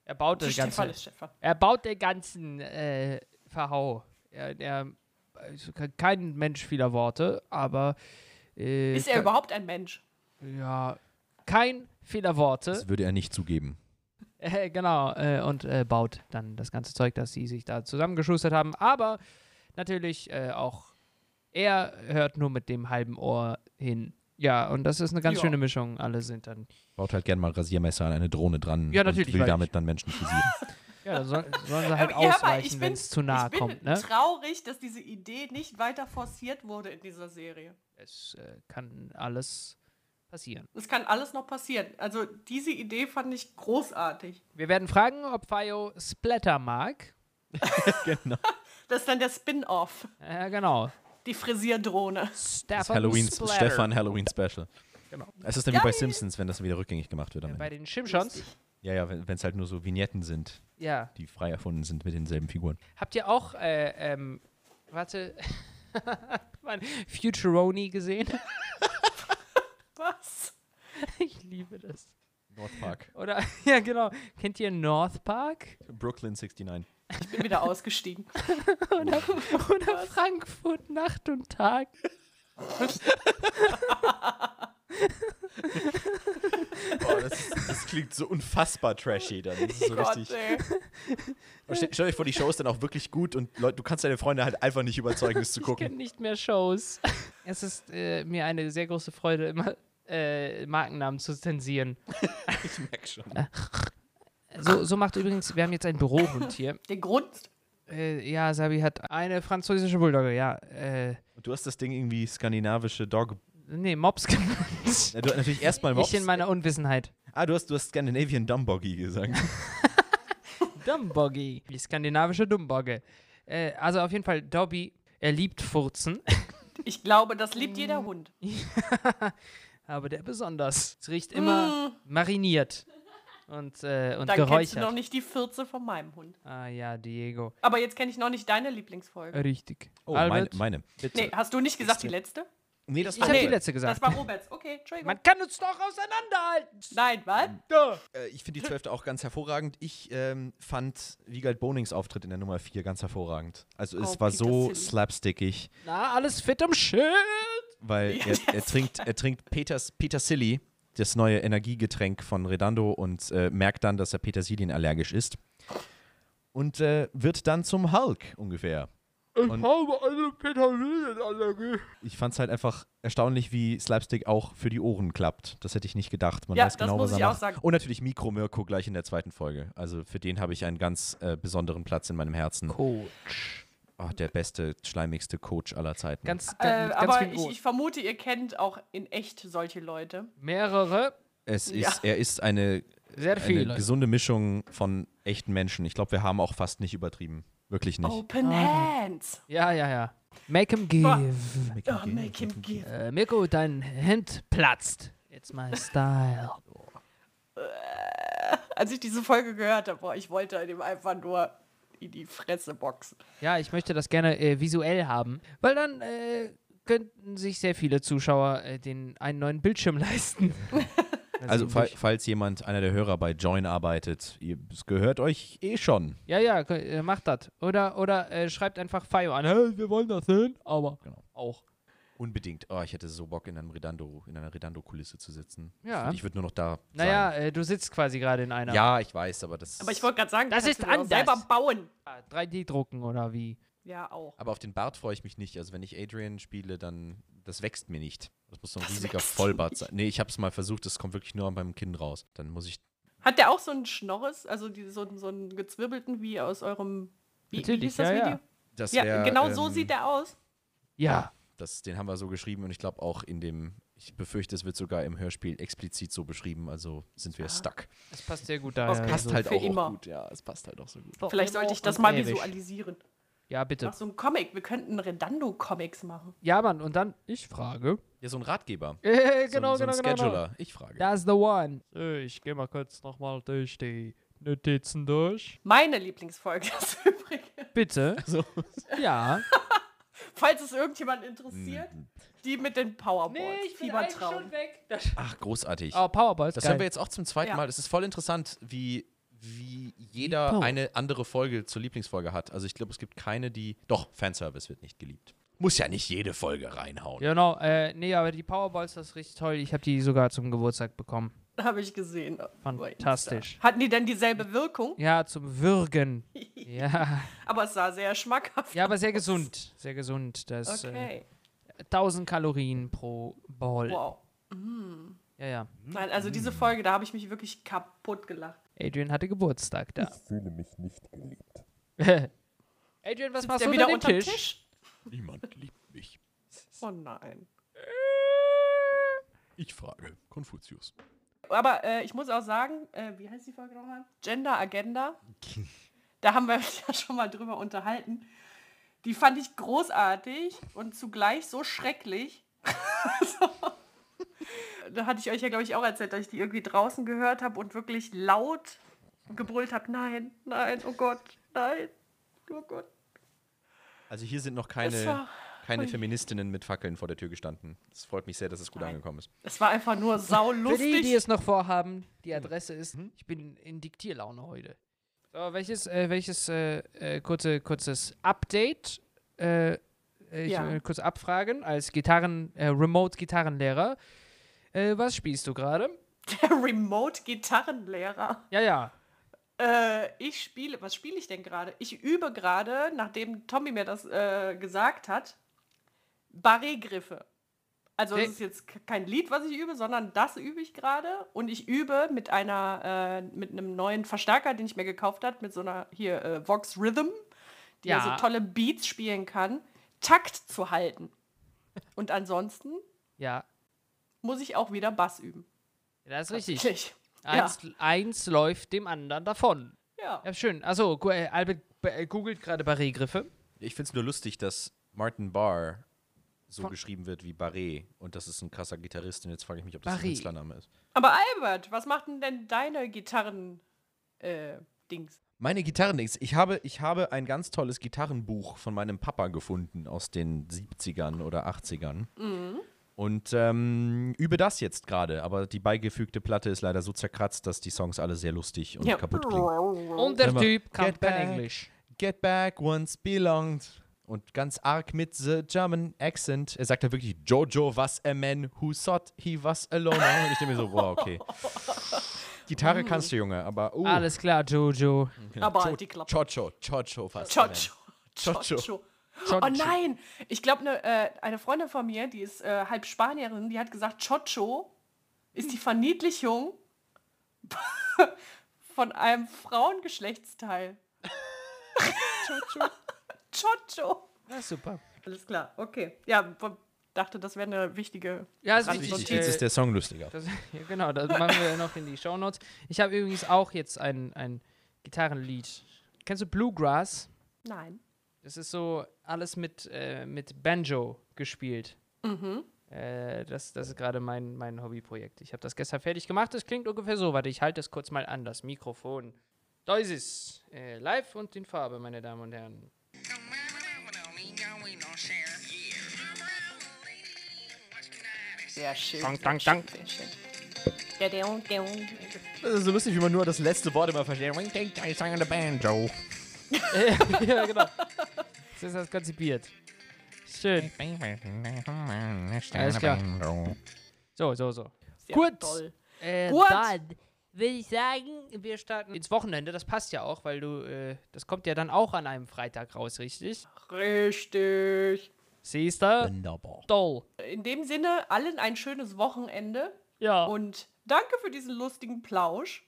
Speaker 2: Er baut den
Speaker 5: Stefan
Speaker 2: ganzen,
Speaker 5: ist Stefan.
Speaker 2: er baut den ganzen äh, Verhau. Er, er also ke- kein Mensch vieler Worte, aber äh,
Speaker 5: Ist er
Speaker 2: ke-
Speaker 5: überhaupt ein Mensch?
Speaker 2: ja kein vieler Worte.
Speaker 3: Das würde er nicht zugeben.
Speaker 2: Äh, genau äh, und äh, baut dann das ganze Zeug, das sie sich da zusammengeschustert haben. Aber natürlich äh, auch er hört nur mit dem halben Ohr hin. Ja, und das ist eine ganz
Speaker 5: Ja.
Speaker 2: schöne Mischung. Alle sind dann
Speaker 3: Baut halt gerne mal Rasiermesser an eine Drohne dran
Speaker 2: Ja, natürlich,
Speaker 3: und will
Speaker 2: weil
Speaker 3: damit dann Menschen frisieren.
Speaker 2: Ja, dann soll, sollen sie halt
Speaker 5: Aber- ja, aber ich
Speaker 2: ausweichen,
Speaker 5: bin-
Speaker 2: wenn es zu nahe
Speaker 5: ich bin
Speaker 2: kommt, ne?
Speaker 5: traurig, dass diese Idee nicht weiter forciert wurde in dieser Serie.
Speaker 2: Es äh, kann alles passieren.
Speaker 5: Es kann alles noch passieren. Also diese Idee fand ich großartig.
Speaker 2: Wir werden fragen, ob Fayo Splatter mag.
Speaker 3: Genau.
Speaker 5: Das ist dann der Spin-off,
Speaker 2: Äh, genau.
Speaker 5: die Frisierdrohne.
Speaker 3: Das
Speaker 2: Stefan
Speaker 3: Halloween
Speaker 2: Splatter.
Speaker 3: Stefan Halloween Special.
Speaker 2: Genau.
Speaker 3: Es ist dann wie bei Simpsons, wenn das wieder rückgängig gemacht wird. Am
Speaker 2: Bei
Speaker 3: Ende.
Speaker 2: den Schimschons.
Speaker 3: Ja, ja, wenn es halt nur so Vignetten sind,
Speaker 2: Ja.
Speaker 3: die frei erfunden sind mit denselben Figuren.
Speaker 2: Habt ihr auch, äh, ähm, warte, mein Futuroni gesehen?
Speaker 5: Was?
Speaker 2: ich liebe das.
Speaker 3: North Park,
Speaker 2: Oder, ja, genau. Kennt ihr North Park?
Speaker 3: Brooklyn 69.
Speaker 5: Ich bin wieder ausgestiegen.
Speaker 2: Oder Frankfurt Nacht und Tag.
Speaker 3: Boah, das, das klingt so unfassbar trashy dann. Das
Speaker 2: Oh
Speaker 3: ist so
Speaker 5: Gott, ey.
Speaker 3: Und Stell, stell euch vor, die Show ist dann auch wirklich gut und Leute, du kannst deine Freunde halt einfach nicht überzeugen, es zu
Speaker 2: Ich kenne nicht mehr Shows. Es ist äh, mir eine sehr große Freude, immer äh, Markennamen zu zensieren. Äh,
Speaker 3: Ich merk schon.
Speaker 2: So, so macht übrigens, wir haben jetzt einen Bürohund hier.
Speaker 5: Den Grund.
Speaker 2: Äh, ja, Sabi hat eine französische Bulldogge, ja. Äh,
Speaker 3: Und du hast das Ding irgendwie skandinavische Dog.
Speaker 2: nee, Mops genannt.
Speaker 3: Ja, du hast natürlich erstmal Mops.
Speaker 2: Ich in meiner Unwissenheit.
Speaker 3: Ah, du hast, du hast Scandinavian Dumboggy gesagt.
Speaker 2: Dumbboggy. Die skandinavische Dumbbogge. Äh, also auf jeden Fall, Dobby, er liebt Furzen,
Speaker 5: Ich glaube, das liebt jeder Hund. Mm.
Speaker 2: aber der besonders. Es riecht immer mariniert. und, äh, und
Speaker 5: Dann kennst du noch
Speaker 2: geräuchert.
Speaker 5: nicht die Fürze von meinem Hund.
Speaker 2: Ah ja, Diego.
Speaker 5: Aber jetzt kenne ich noch nicht deine Lieblingsfolge.
Speaker 2: Richtig.
Speaker 3: Oh, meine,
Speaker 2: Albert,
Speaker 3: meine.
Speaker 2: bitte.
Speaker 5: nee, hast du nicht gesagt die letzte?
Speaker 3: Nee, das
Speaker 2: Ich habe
Speaker 5: nee,
Speaker 2: die letzte gesagt.
Speaker 5: Das war Roberts. Okay, Entschuldigung.
Speaker 2: Man kann uns doch auseinanderhalten.
Speaker 5: Nein, was?
Speaker 3: Äh, ich finde die Zwölfte auch ganz hervorragend. Ich ähm, fand Wiegald Bonings Auftritt in der Nummer 4 ganz hervorragend. Also es
Speaker 5: Oh,
Speaker 3: war
Speaker 5: Peter
Speaker 3: so
Speaker 5: Silly.
Speaker 3: slapstickig,
Speaker 2: Na, alles fit im Schild.
Speaker 3: weil
Speaker 5: Ja,
Speaker 3: er, er
Speaker 5: das-
Speaker 3: trinkt, er trinkt Peters, Petersilli, das neue Energiegetränk von Redondo und äh, merkt dann, dass er Petersilien allergisch ist. Und äh, wird dann zum Hulk ungefähr.
Speaker 1: Ich
Speaker 3: Und-
Speaker 1: habe eine Petersilenallergie.
Speaker 3: Ich fand es halt einfach erstaunlich, wie Slapstick auch für die Ohren klappt. Das hätte ich nicht gedacht. Man
Speaker 5: Ja,
Speaker 3: weiß
Speaker 5: das
Speaker 3: genau,
Speaker 5: muss
Speaker 3: was
Speaker 5: ich
Speaker 3: er
Speaker 5: auch
Speaker 3: macht.
Speaker 5: sagen.
Speaker 3: Und natürlich Mikro Mirko gleich in der zweiten Folge. Also für den habe ich einen ganz äh, besonderen Platz in meinem Herzen.
Speaker 2: Oh, Coach.
Speaker 3: Ah, der beste, schleimigste Coach aller Zeiten.
Speaker 2: Ganz,
Speaker 5: Äh,
Speaker 2: ganz, ganz
Speaker 5: aber
Speaker 2: viel
Speaker 5: ich,
Speaker 2: Rot.
Speaker 5: ich vermute, ihr kennt auch in echt solche Leute.
Speaker 2: Mehrere.
Speaker 3: es
Speaker 5: ja.
Speaker 3: ist, er ist eine,
Speaker 2: Sehr
Speaker 3: eine
Speaker 2: viele.
Speaker 3: gesunde Mischung von echten Menschen. Ich glaube, wir haben auch fast nicht übertrieben. Wirklich nicht.
Speaker 5: Open Hands.
Speaker 2: Ja, ja, ja. Make him give.
Speaker 5: Oh, make him give.
Speaker 2: Äh, Mirko, dein Hand platzt. It's my style.
Speaker 5: Als ich diese Folge gehört habe, boah, ich wollte dem einfach nur in die Fresse boxen.
Speaker 2: Ja, ich möchte das gerne äh, visuell haben, weil dann äh, könnten sich sehr viele Zuschauer äh, den einen neuen Bildschirm leisten.
Speaker 3: Also, fa
Speaker 2: ich-
Speaker 3: falls jemand, einer der Hörer bei Join arbeitet, ihr, es gehört euch eh schon.
Speaker 2: ja, ja, kö- äh, macht das. Oder, oder äh, schreibt einfach Fio an. Hey, wir wollen das sehen, aber
Speaker 3: Genau.
Speaker 2: auch.
Speaker 3: Unbedingt. Oh, ich hätte so Bock, in, einem Redondo, in einer Redondo-Kulisse zu sitzen.
Speaker 2: Ja.
Speaker 3: Ich würd- Ich würde nur noch da
Speaker 2: Naja, äh, du sitzt quasi gerade in einer.
Speaker 3: sein. Ja, ich weiß, aber das.
Speaker 5: genau. Aber ich wollte gerade sagen,
Speaker 2: Das
Speaker 5: kannst
Speaker 2: ist
Speaker 5: du dir doch
Speaker 2: anders.
Speaker 5: selber bauen.
Speaker 2: 3D-Drucken oder wie?
Speaker 5: Ja, auch.
Speaker 3: aber auf den Bart freue ich mich nicht. Also, wenn ich Adrian spiele, dann. Das wächst mir nicht. Das muss so ein
Speaker 5: Das
Speaker 3: riesiger
Speaker 5: wächst
Speaker 3: Vollbart sein. Nee, ich habe es mal versucht. Das kommt wirklich nur an meinem Kinn raus. Dann muss ich.
Speaker 5: Hat der auch so einen Schnorres, also die, so, einen- so einen gezwirbelten wie aus eurem wie,
Speaker 2: Natürlich,
Speaker 5: wie hieß das
Speaker 2: ja, ja.
Speaker 5: Video?
Speaker 3: Das
Speaker 5: Ja,
Speaker 3: wär,
Speaker 5: genau
Speaker 3: ähm,
Speaker 5: so sieht der aus.
Speaker 2: Ja.
Speaker 3: Das, den haben wir so geschrieben und ich glaube auch in dem. Ich befürchte, es wird sogar im Hörspiel explizit so beschrieben. Also sind wir stuck.
Speaker 2: Das passt sehr gut Also, da.
Speaker 3: Also
Speaker 5: Das
Speaker 2: ja,
Speaker 5: passt
Speaker 2: so.
Speaker 5: halt für auch immer.
Speaker 3: gut. Ja, es passt halt auch so gut.
Speaker 5: Vielleicht sollte ich das
Speaker 2: und
Speaker 5: mal
Speaker 2: ewig.
Speaker 5: visualisieren.
Speaker 2: Ja, bitte.
Speaker 5: Mach so einen Comic. Wir könnten Redando-Comics machen.
Speaker 2: Ja, Mann, und dann ich frage.
Speaker 3: Ja, so ein Ratgeber.
Speaker 2: Äh,
Speaker 3: So ein-
Speaker 2: genau,
Speaker 3: so ein
Speaker 2: genau, genau, genau.
Speaker 3: Scheduler. Ich frage.
Speaker 2: That's the one. Ich gehe mal kurz nochmal durch die Notizen durch.
Speaker 5: Meine Lieblingsfolge ist übrigens,
Speaker 2: Bitte. Ja.
Speaker 5: falls es irgendjemand interessiert,
Speaker 3: Mhm.
Speaker 5: die mit den Powerboards. Fiebertraum.
Speaker 2: weg.
Speaker 3: Ach, großartig.
Speaker 2: Oh, Powerballs.
Speaker 3: Das
Speaker 2: geil.
Speaker 3: hören wir jetzt auch zum zweiten
Speaker 5: Ja.
Speaker 3: Mal. Es ist voll interessant, wie, wie jeder eine andere Folge zur Lieblingsfolge hat. Also ich glaube, es gibt keine, die. Doch, Fanservice wird nicht geliebt. Muss ja nicht jede Folge reinhauen.
Speaker 2: Genau, äh, nee, aber die Powerballs, das ist richtig toll. Ich habe die sogar zum Geburtstag bekommen.
Speaker 5: Habe ich gesehen. über Insta.
Speaker 2: Fantastisch.
Speaker 5: Hatten die denn dieselbe Wirkung?
Speaker 2: Ja, zum Würgen. Ja,
Speaker 5: Aber es sah sehr schmackhaft
Speaker 2: ja aber sehr gesund. Sehr gesund. Das
Speaker 5: aus.
Speaker 2: ist äh,
Speaker 5: Okay.
Speaker 2: 1000 Kalorien pro Ball.
Speaker 5: Wow.
Speaker 2: Ja, ja.
Speaker 3: Mhm.
Speaker 5: Nein, also diese
Speaker 2: Mhm.
Speaker 5: Folge, da habe ich mich wirklich kaputt gelacht.
Speaker 2: Adrian hatte Geburtstag da.
Speaker 8: fühle mich nicht geliebt.
Speaker 2: Adrian, was
Speaker 5: Sitzt
Speaker 2: machst
Speaker 5: der
Speaker 2: du
Speaker 5: wieder
Speaker 2: unter dem
Speaker 5: unterm
Speaker 2: Tisch?
Speaker 5: Tisch?
Speaker 3: Niemand liebt mich.
Speaker 5: Oh nein.
Speaker 3: Ich frage. Konfuzius.
Speaker 5: Aber äh, ich muss auch sagen, äh, wie heißt die Folge nochmal? Gender Agenda. Da haben wir uns ja schon mal drüber unterhalten. Die fand ich großartig und zugleich so schrecklich. so. Da hatte ich euch ja, glaube ich, auch erzählt, dass ich die irgendwie draußen gehört habe und wirklich laut gebrüllt habe, nein, nein, oh Gott, nein, oh Gott.
Speaker 3: Also hier sind noch
Speaker 5: Es
Speaker 3: keine,
Speaker 5: war-
Speaker 3: keine Feministinnen mit Fackeln vor der Tür gestanden. Es freut mich sehr, dass es gut angekommen ist.
Speaker 5: Es war einfach nur
Speaker 2: Für die, die
Speaker 5: saulustig.
Speaker 2: es noch vorhaben, die Adresse ist,
Speaker 5: Mhm.
Speaker 2: ich bin in Diktierlaune heute. So, welches, äh, welches äh, äh, kurze, kurzes Update? Äh, äh, ich
Speaker 5: Ja.
Speaker 2: will kurz abfragen, als Gitarren, äh, Remote-Gitarrenlehrer. Äh, was spielst du gerade?
Speaker 5: Der Remote-Gitarrenlehrer.
Speaker 2: Ja, ja.
Speaker 5: Äh, ich spiele, was spiele ich denn gerade? Ich übe gerade, nachdem Tommy mir das äh, gesagt hat, Barré-Griffe. Also
Speaker 2: Nee.
Speaker 5: es ist jetzt k- kein Lied, was ich übe, sondern das übe ich gerade. Und ich übe mit einer, äh, mit einem neuen Verstärker, den ich mir gekauft habe, mit so einer hier äh, Vox Rhythm, die ja.
Speaker 2: Ja.
Speaker 5: so tolle Beats spielen kann, Takt zu halten. Und ansonsten
Speaker 2: Ja,
Speaker 5: muss ich auch wieder Bass üben.
Speaker 2: das ist richtig.
Speaker 5: Tatsächlich. Ja.
Speaker 2: Eins, eins läuft dem anderen davon.
Speaker 5: ja.
Speaker 2: Ja, schön. Achso, gu- äh, Albert b- äh, googelt gerade Barré-Griffe.
Speaker 3: Ich finde es nur lustig, dass Martin Barr so geschrieben wird wie Barré. Und das ist ein krasser Gitarrist. Und jetzt frage ich mich, ob das ein
Speaker 2: Barré.
Speaker 3: Künstlername ist.
Speaker 5: Aber Albert, was macht denn, denn deine Gitarren äh, Dings?
Speaker 3: Meine Gitarrendings. Ich habe, ich habe ein ganz tolles Gitarrenbuch von meinem Papa gefunden aus den 70ern oder 80ern.
Speaker 5: Mhm.
Speaker 3: Und ähm, übe das jetzt gerade, aber die beigefügte Platte ist leider so zerkratzt, dass die Songs alle sehr lustig und
Speaker 5: Ja.
Speaker 3: kaputt klingen.
Speaker 2: Und der
Speaker 3: Sag mal,
Speaker 2: Typ kann
Speaker 3: get
Speaker 2: kein
Speaker 3: back.
Speaker 2: Englisch.
Speaker 3: Get back once belonged. Und ganz arg mit the German accent. Er sagt da wirklich, Jojo was a man who thought he was alone. Und ich denke mir so, wow, okay.
Speaker 2: Mm.
Speaker 3: Gitarre kannst du, Junge, aber uh,
Speaker 2: Alles klar, Jojo.
Speaker 5: Aber halt die Klappe.
Speaker 3: Chocho, Chocho fast.
Speaker 5: Chocho.
Speaker 3: Chocho.
Speaker 5: Chocho. Oh nein! Ich glaube, eine, äh, eine Freundin von mir, die ist äh, halb Spanierin, die hat gesagt, Chocho ist die Verniedlichung von einem Frauengeschlechtsteil. Chocho. Chocho.
Speaker 2: Ja, super.
Speaker 5: Alles klar, okay. Ja, w- dachte, das wäre eine wichtige.
Speaker 2: Ja, ist
Speaker 5: Ach,
Speaker 2: wichtig.
Speaker 3: Jetzt
Speaker 5: äh,
Speaker 3: ist der Song lustiger.
Speaker 2: Das, ja, genau, das machen wir noch in die Shownotes. Ich habe übrigens auch jetzt ein, ein Gitarrenlied. Kennst du Bluegrass?
Speaker 5: Nein.
Speaker 2: Das ist so alles mit, äh, mit Banjo gespielt. Äh, das, das ist gerade mein, mein Hobbyprojekt. Ich habe das gestern fertig gemacht. Das klingt ungefähr so. Warte, ich halte das kurz mal an, das Mikrofon. Da ist es. Äh, live und in Farbe, meine Damen und Herren.
Speaker 5: Sehr schön.
Speaker 2: Dank, dank, dank.
Speaker 5: Sehr schön. Der, der, der.
Speaker 3: Das ist so lustig, wie man nur das letzte Wort immer versteht. Ring, ding, ding, sang on the banjo.
Speaker 2: ja, genau. Das ist das konzipiert. Schön. Alles klar. So, so, so.
Speaker 5: Sehr
Speaker 2: Kurz.
Speaker 5: toll.
Speaker 2: Äh,
Speaker 5: What?
Speaker 7: Dann würde ich sagen,
Speaker 2: wir starten ins Wochenende. Das passt ja auch, weil du, äh, das kommt ja dann auch an einem Freitag raus, richtig?
Speaker 5: Richtig.
Speaker 2: Siehst du?
Speaker 3: Wunderbar.
Speaker 2: Doll.
Speaker 5: In dem Sinne, allen ein schönes Wochenende
Speaker 2: Ja.
Speaker 5: und danke für diesen lustigen Plausch.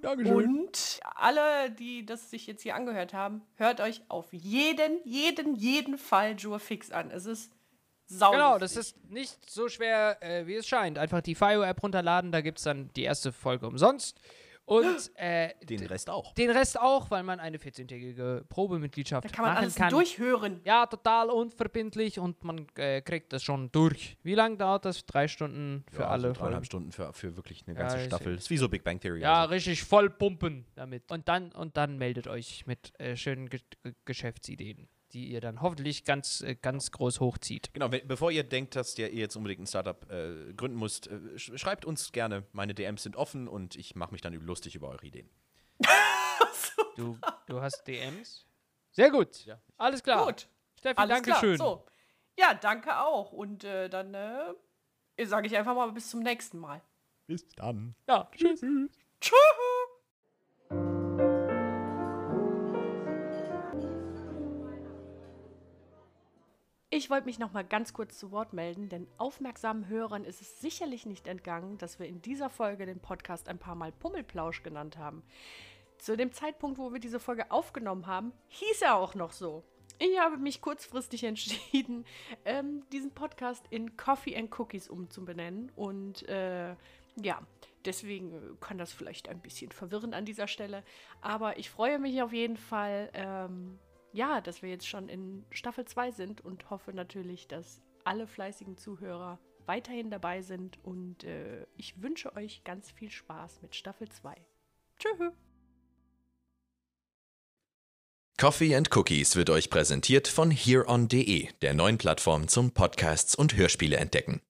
Speaker 1: Dankeschön.
Speaker 5: Und alle, die das sich jetzt hier angehört haben, hört euch auf jeden, jeden, jeden Fall Jure Fix an. Es ist sau.
Speaker 2: Genau, das ist nicht so schwer, äh, wie es scheint. Einfach die FIO-App runterladen, da gibt es dann die erste Folge umsonst. Und äh,
Speaker 3: Den Rest auch.
Speaker 2: den Rest auch, weil man eine 14-tägige Probemitgliedschaft
Speaker 5: Da kann man
Speaker 2: machen
Speaker 5: alles
Speaker 2: kann.
Speaker 5: durchhören.
Speaker 2: Ja, total unverbindlich und man äh, kriegt das schon durch. Wie lange dauert das? Drei Stunden für
Speaker 3: ja,
Speaker 2: alle.
Speaker 3: So dreieinhalb
Speaker 2: Folgen.
Speaker 3: Stunden für, für wirklich eine
Speaker 2: Ja,
Speaker 3: ganze
Speaker 2: ich
Speaker 3: Staffel. Das ist wie so Big Bang Theory.
Speaker 2: Ja,
Speaker 3: also.
Speaker 2: richtig voll pumpen damit. Und dann, und dann meldet euch mit äh, schönen Ge Ge- Geschäftsideen, die ihr dann hoffentlich ganz, äh, ganz groß hochzieht.
Speaker 3: Genau, wenn, bevor ihr denkt, dass ihr ihr jetzt unbedingt ein Startup äh, gründen müsst, äh, sch schreibt uns gerne. Meine DMs sind offen und ich mache mich dann lustig über eure Ideen.
Speaker 2: Du, du hast DMs? Sehr gut. Alles klar.
Speaker 5: Gut.
Speaker 2: Steffi,
Speaker 5: Alles
Speaker 2: danke schön.
Speaker 5: klar. So. Ja, danke auch. Und äh, dann äh, sage ich einfach mal bis zum nächsten Mal.
Speaker 3: Bis dann.
Speaker 2: Ja, tschüss.
Speaker 5: Tschüss. Ich wollte mich noch mal ganz kurz zu Wort melden, denn aufmerksamen Hörern ist es sicherlich nicht entgangen, dass wir in dieser Folge den Podcast ein paar Mal Pummelplausch genannt haben. Zu dem Zeitpunkt, wo wir diese Folge aufgenommen haben, hieß er auch noch so. Ich habe mich kurzfristig entschieden, ähm, diesen Podcast in Coffee and Cookies umzubenennen. Und äh, ja, deswegen kann das vielleicht ein bisschen verwirren an dieser Stelle. Aber ich freue mich auf jeden Fall, ähm, ja, dass wir jetzt schon in Staffel 2 sind und hoffe natürlich, dass alle fleißigen Zuhörer weiterhin dabei sind. Und äh, ich wünsche euch ganz viel Spaß mit Staffel 2. Tschüss.
Speaker 9: Coffee and Cookies E, wird euch präsentiert von hereon.de, der neuen Plattform zum Podcasts und Hörspiele entdecken.